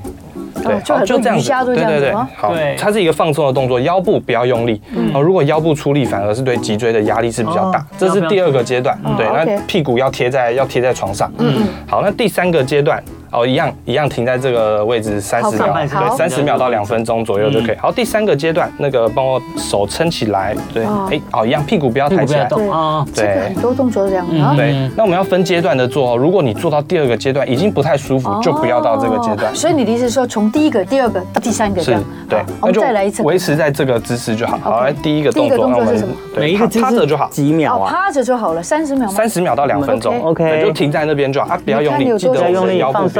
Speaker 1: 哦就很多瑜伽都这样子吗嗯
Speaker 3: 好
Speaker 2: 对，
Speaker 3: 它是一个放松的动作，腰部不要用力。哦，如果腰部出力，反而是对脊椎的压力是比较
Speaker 2: 哦
Speaker 3: 大，这是第二个阶段。对，
Speaker 1: 哦
Speaker 3: 那
Speaker 1: OK
Speaker 3: 屁股要贴在要贴在床上。嗯，好，那第三个阶段。哦，一样一样停在这个位置三
Speaker 1: 好
Speaker 3: 十秒，
Speaker 1: 好
Speaker 3: 对，三十秒到两分钟左右就可以。
Speaker 2: 嗯
Speaker 3: 好，第三个阶段，那个帮我手撑起来，对
Speaker 1: 哦，
Speaker 3: 哎，好，一样屁股不要
Speaker 2: 屁
Speaker 3: 抬
Speaker 2: 股不
Speaker 3: 起
Speaker 2: 要
Speaker 3: 来，
Speaker 2: 动嗯啊，
Speaker 1: 这个很多动作都这样啊。
Speaker 3: 嗯对。那我们要分阶段的做哦，如果你做到第二个阶段已经不太舒服，就不要到这个阶段
Speaker 1: 哦。所以你的意思哦是说，从第一个、第二个到第三个这
Speaker 3: 是
Speaker 1: 样？，
Speaker 3: 对
Speaker 1: 好，我们再来一次。
Speaker 3: 维持在这个姿势就好。好，来第一个动
Speaker 1: 第一个
Speaker 3: 作，
Speaker 1: 动
Speaker 3: 那
Speaker 1: 作
Speaker 3: 我
Speaker 1: 是
Speaker 3: 们
Speaker 1: 什么
Speaker 3: 对
Speaker 2: 每一个
Speaker 3: 趴
Speaker 2: 姿势
Speaker 3: 趴着就好，
Speaker 2: 几秒
Speaker 1: 哦，
Speaker 2: 啊，
Speaker 1: 趴着就好了，三十秒吗？
Speaker 3: 三十秒到两分钟
Speaker 2: OK
Speaker 3: 对就停在那边就好啊，不要用
Speaker 1: 你看
Speaker 3: 力，
Speaker 1: 有
Speaker 3: 记
Speaker 1: 多
Speaker 3: 得
Speaker 1: 少
Speaker 3: 我们
Speaker 2: 用力
Speaker 3: 腰部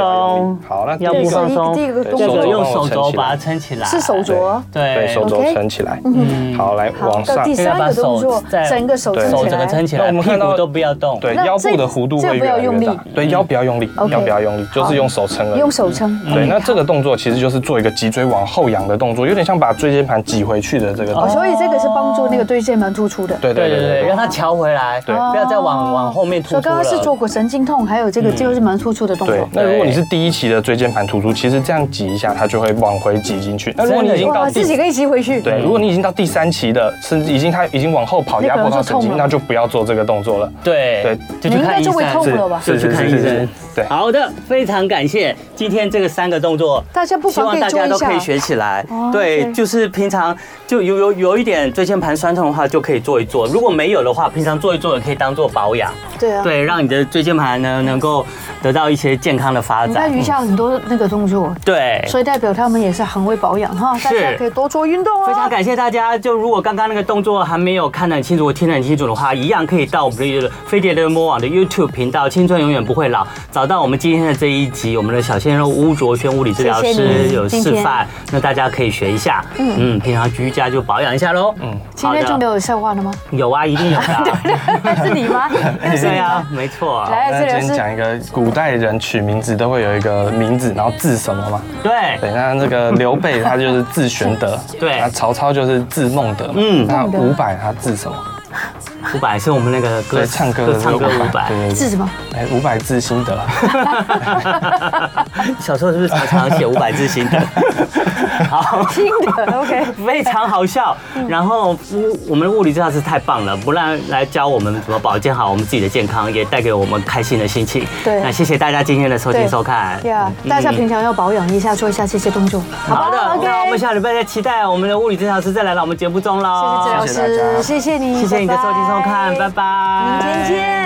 Speaker 2: 放松
Speaker 3: 不要用力。好，那第
Speaker 2: 腰
Speaker 3: 一
Speaker 2: 部
Speaker 3: 个
Speaker 2: 放松，
Speaker 1: 第一个
Speaker 3: 对
Speaker 1: 动
Speaker 2: 这
Speaker 1: 作
Speaker 2: 个
Speaker 3: 手肘
Speaker 2: 用手肘把它撑起来，
Speaker 1: 是手肘啊。
Speaker 3: 对
Speaker 2: 对
Speaker 3: 手肘
Speaker 1: OK
Speaker 3: 撑起来。
Speaker 1: 嗯
Speaker 3: 好，来
Speaker 1: 好，
Speaker 3: 往
Speaker 1: 到
Speaker 3: 上
Speaker 1: 第。三个动作
Speaker 2: 要把手，再
Speaker 1: 整个手
Speaker 3: 对
Speaker 1: 撑
Speaker 2: 手
Speaker 1: 起
Speaker 2: 整个撑
Speaker 1: 来。
Speaker 2: 起
Speaker 3: 那
Speaker 2: 来，
Speaker 3: 我们
Speaker 2: 屁
Speaker 3: 看到
Speaker 2: 股都不要动，
Speaker 3: 对，
Speaker 1: 哦那
Speaker 3: 腰
Speaker 1: 这
Speaker 3: 部的弧度
Speaker 1: 这
Speaker 3: 会
Speaker 1: 不
Speaker 3: 越
Speaker 1: 要
Speaker 3: 来越
Speaker 1: 用
Speaker 3: 大
Speaker 1: 力。嗯
Speaker 3: 对，腰不要用力，
Speaker 1: OK
Speaker 3: 腰不要用力，就是用手撑而已。
Speaker 1: 用手撑，嗯
Speaker 3: 对，那这个动作其实就是做一个脊椎往后仰的动作，有点像把椎间盘挤回去的这个动
Speaker 1: 哦，
Speaker 3: 作。
Speaker 1: 所以这个是帮助那个椎间盘突出的。
Speaker 3: 对
Speaker 2: 对
Speaker 3: 对
Speaker 2: 对
Speaker 3: 对
Speaker 2: 对，
Speaker 3: 对
Speaker 2: 让
Speaker 3: 对。
Speaker 2: 它翘回来，
Speaker 3: 对
Speaker 2: 不要再往往后面突出
Speaker 1: 所哦
Speaker 2: 了。
Speaker 1: 以刚刚是坐骨神经痛，还有这个肌肉是蛮突出的动
Speaker 3: 嗯对
Speaker 1: 作，。
Speaker 3: 那如果
Speaker 2: 对
Speaker 3: 你是第一期的椎间盘突出，其实这样挤一下，它就会往回挤进去。那如果你已经到
Speaker 1: 哇，自
Speaker 3: 第
Speaker 1: 己可以骑回去。
Speaker 3: 对，如果你已经到第三期的，甚至已经它已经往后跑
Speaker 1: 那
Speaker 3: 压
Speaker 1: 可能
Speaker 3: 迫到
Speaker 1: 就
Speaker 3: 神经
Speaker 1: 痛，了
Speaker 3: 那就不要做这个动作了。
Speaker 2: 对
Speaker 3: 对
Speaker 2: 就
Speaker 1: 你
Speaker 2: 去
Speaker 1: 应
Speaker 2: 看
Speaker 1: 该
Speaker 2: 医
Speaker 1: 就会
Speaker 2: 生。
Speaker 1: 痛了吧？
Speaker 2: 就去看医生。
Speaker 3: 对，
Speaker 2: 好的，非常感谢今天这个三个动作，
Speaker 1: 大家不
Speaker 2: 希
Speaker 1: 妨
Speaker 2: 望
Speaker 1: 可以
Speaker 2: 大
Speaker 1: 做
Speaker 2: 家
Speaker 1: 一
Speaker 2: 都
Speaker 1: 下
Speaker 2: 可以学起来
Speaker 1: 哦。
Speaker 2: 对，
Speaker 1: 对
Speaker 2: 就是平常就有有有一点椎间盘酸痛的话，就可以做一做；如果没有的话，平常做一做也可以当做保养，
Speaker 1: 对啊。
Speaker 2: 对，让你的椎间盘呢能够得到一些健康的发发
Speaker 1: 你看
Speaker 2: 展。
Speaker 1: 瑜伽有很多那个动作，
Speaker 2: 对，
Speaker 1: 所以代表他们也是很会保养哈，大家可以多做运动
Speaker 2: 非常
Speaker 1: 哦。
Speaker 2: 感谢大家。就如果刚刚那个动作还没有看得很清楚，或听得很清楚的话，一样可以到我们的飞碟联播网的 YouTube 频道“青春永远不会老”，找到我们今天的这一集，我们的小鲜肉巫卓轩物理治疗
Speaker 1: 谢谢
Speaker 2: 师
Speaker 1: 你
Speaker 2: 有示范，那大家可以学一下。嗯平常居家就保养一下喽。嗯，
Speaker 1: 今天中流有笑话
Speaker 2: *laughs*
Speaker 1: 了吗？
Speaker 2: 有啊，一定有
Speaker 1: *laughs*
Speaker 2: 的。
Speaker 1: 是你吗？又是
Speaker 2: 对
Speaker 1: 你
Speaker 2: 啊
Speaker 1: *laughs* 吗？，
Speaker 2: 没错。
Speaker 1: 来，
Speaker 3: 那
Speaker 1: 哎这
Speaker 3: 今
Speaker 1: 里
Speaker 3: 天
Speaker 1: 是
Speaker 3: 讲一个古代人取名字都会有一个名字，然后字什么嘛？
Speaker 2: 对
Speaker 3: 对，那这个刘备他就是字玄德，
Speaker 2: *laughs* 对
Speaker 3: 那曹操就是字孟德嘛，
Speaker 2: 嗯
Speaker 3: 那伍佰他字什么？
Speaker 2: 伍佰是我们那个歌
Speaker 3: 对，唱歌的
Speaker 2: 唱歌伍
Speaker 3: 对
Speaker 2: 佰。
Speaker 3: 对
Speaker 1: 是
Speaker 3: 对，
Speaker 1: 什么？
Speaker 3: 哎，伍佰字心得，
Speaker 2: *laughs* 小时候是不是常常写伍佰之心得？ *laughs* 好。
Speaker 1: 听的 OK。
Speaker 2: 非常好笑。
Speaker 1: 嗯
Speaker 2: 然后物我们的物理治疗师太棒了，不但来教我们怎么保健好我们自己的健康，也带给我们开心的心情。
Speaker 1: 对
Speaker 2: 那谢谢大家今天的收听收看。嗯
Speaker 1: 对
Speaker 3: 嗯
Speaker 1: 啊，大家平常要保养一下，做一下这些动作，好吧
Speaker 2: 好的，
Speaker 1: ？OK，
Speaker 2: 那我们下礼拜再期待我们的物理治疗师再来到我们节目中喽。
Speaker 1: 谢谢治疗
Speaker 3: 谢谢大家
Speaker 1: 师，谢谢你，
Speaker 2: 谢谢你的收听收看，拜
Speaker 1: 拜
Speaker 2: 拜，
Speaker 1: 拜，明天见。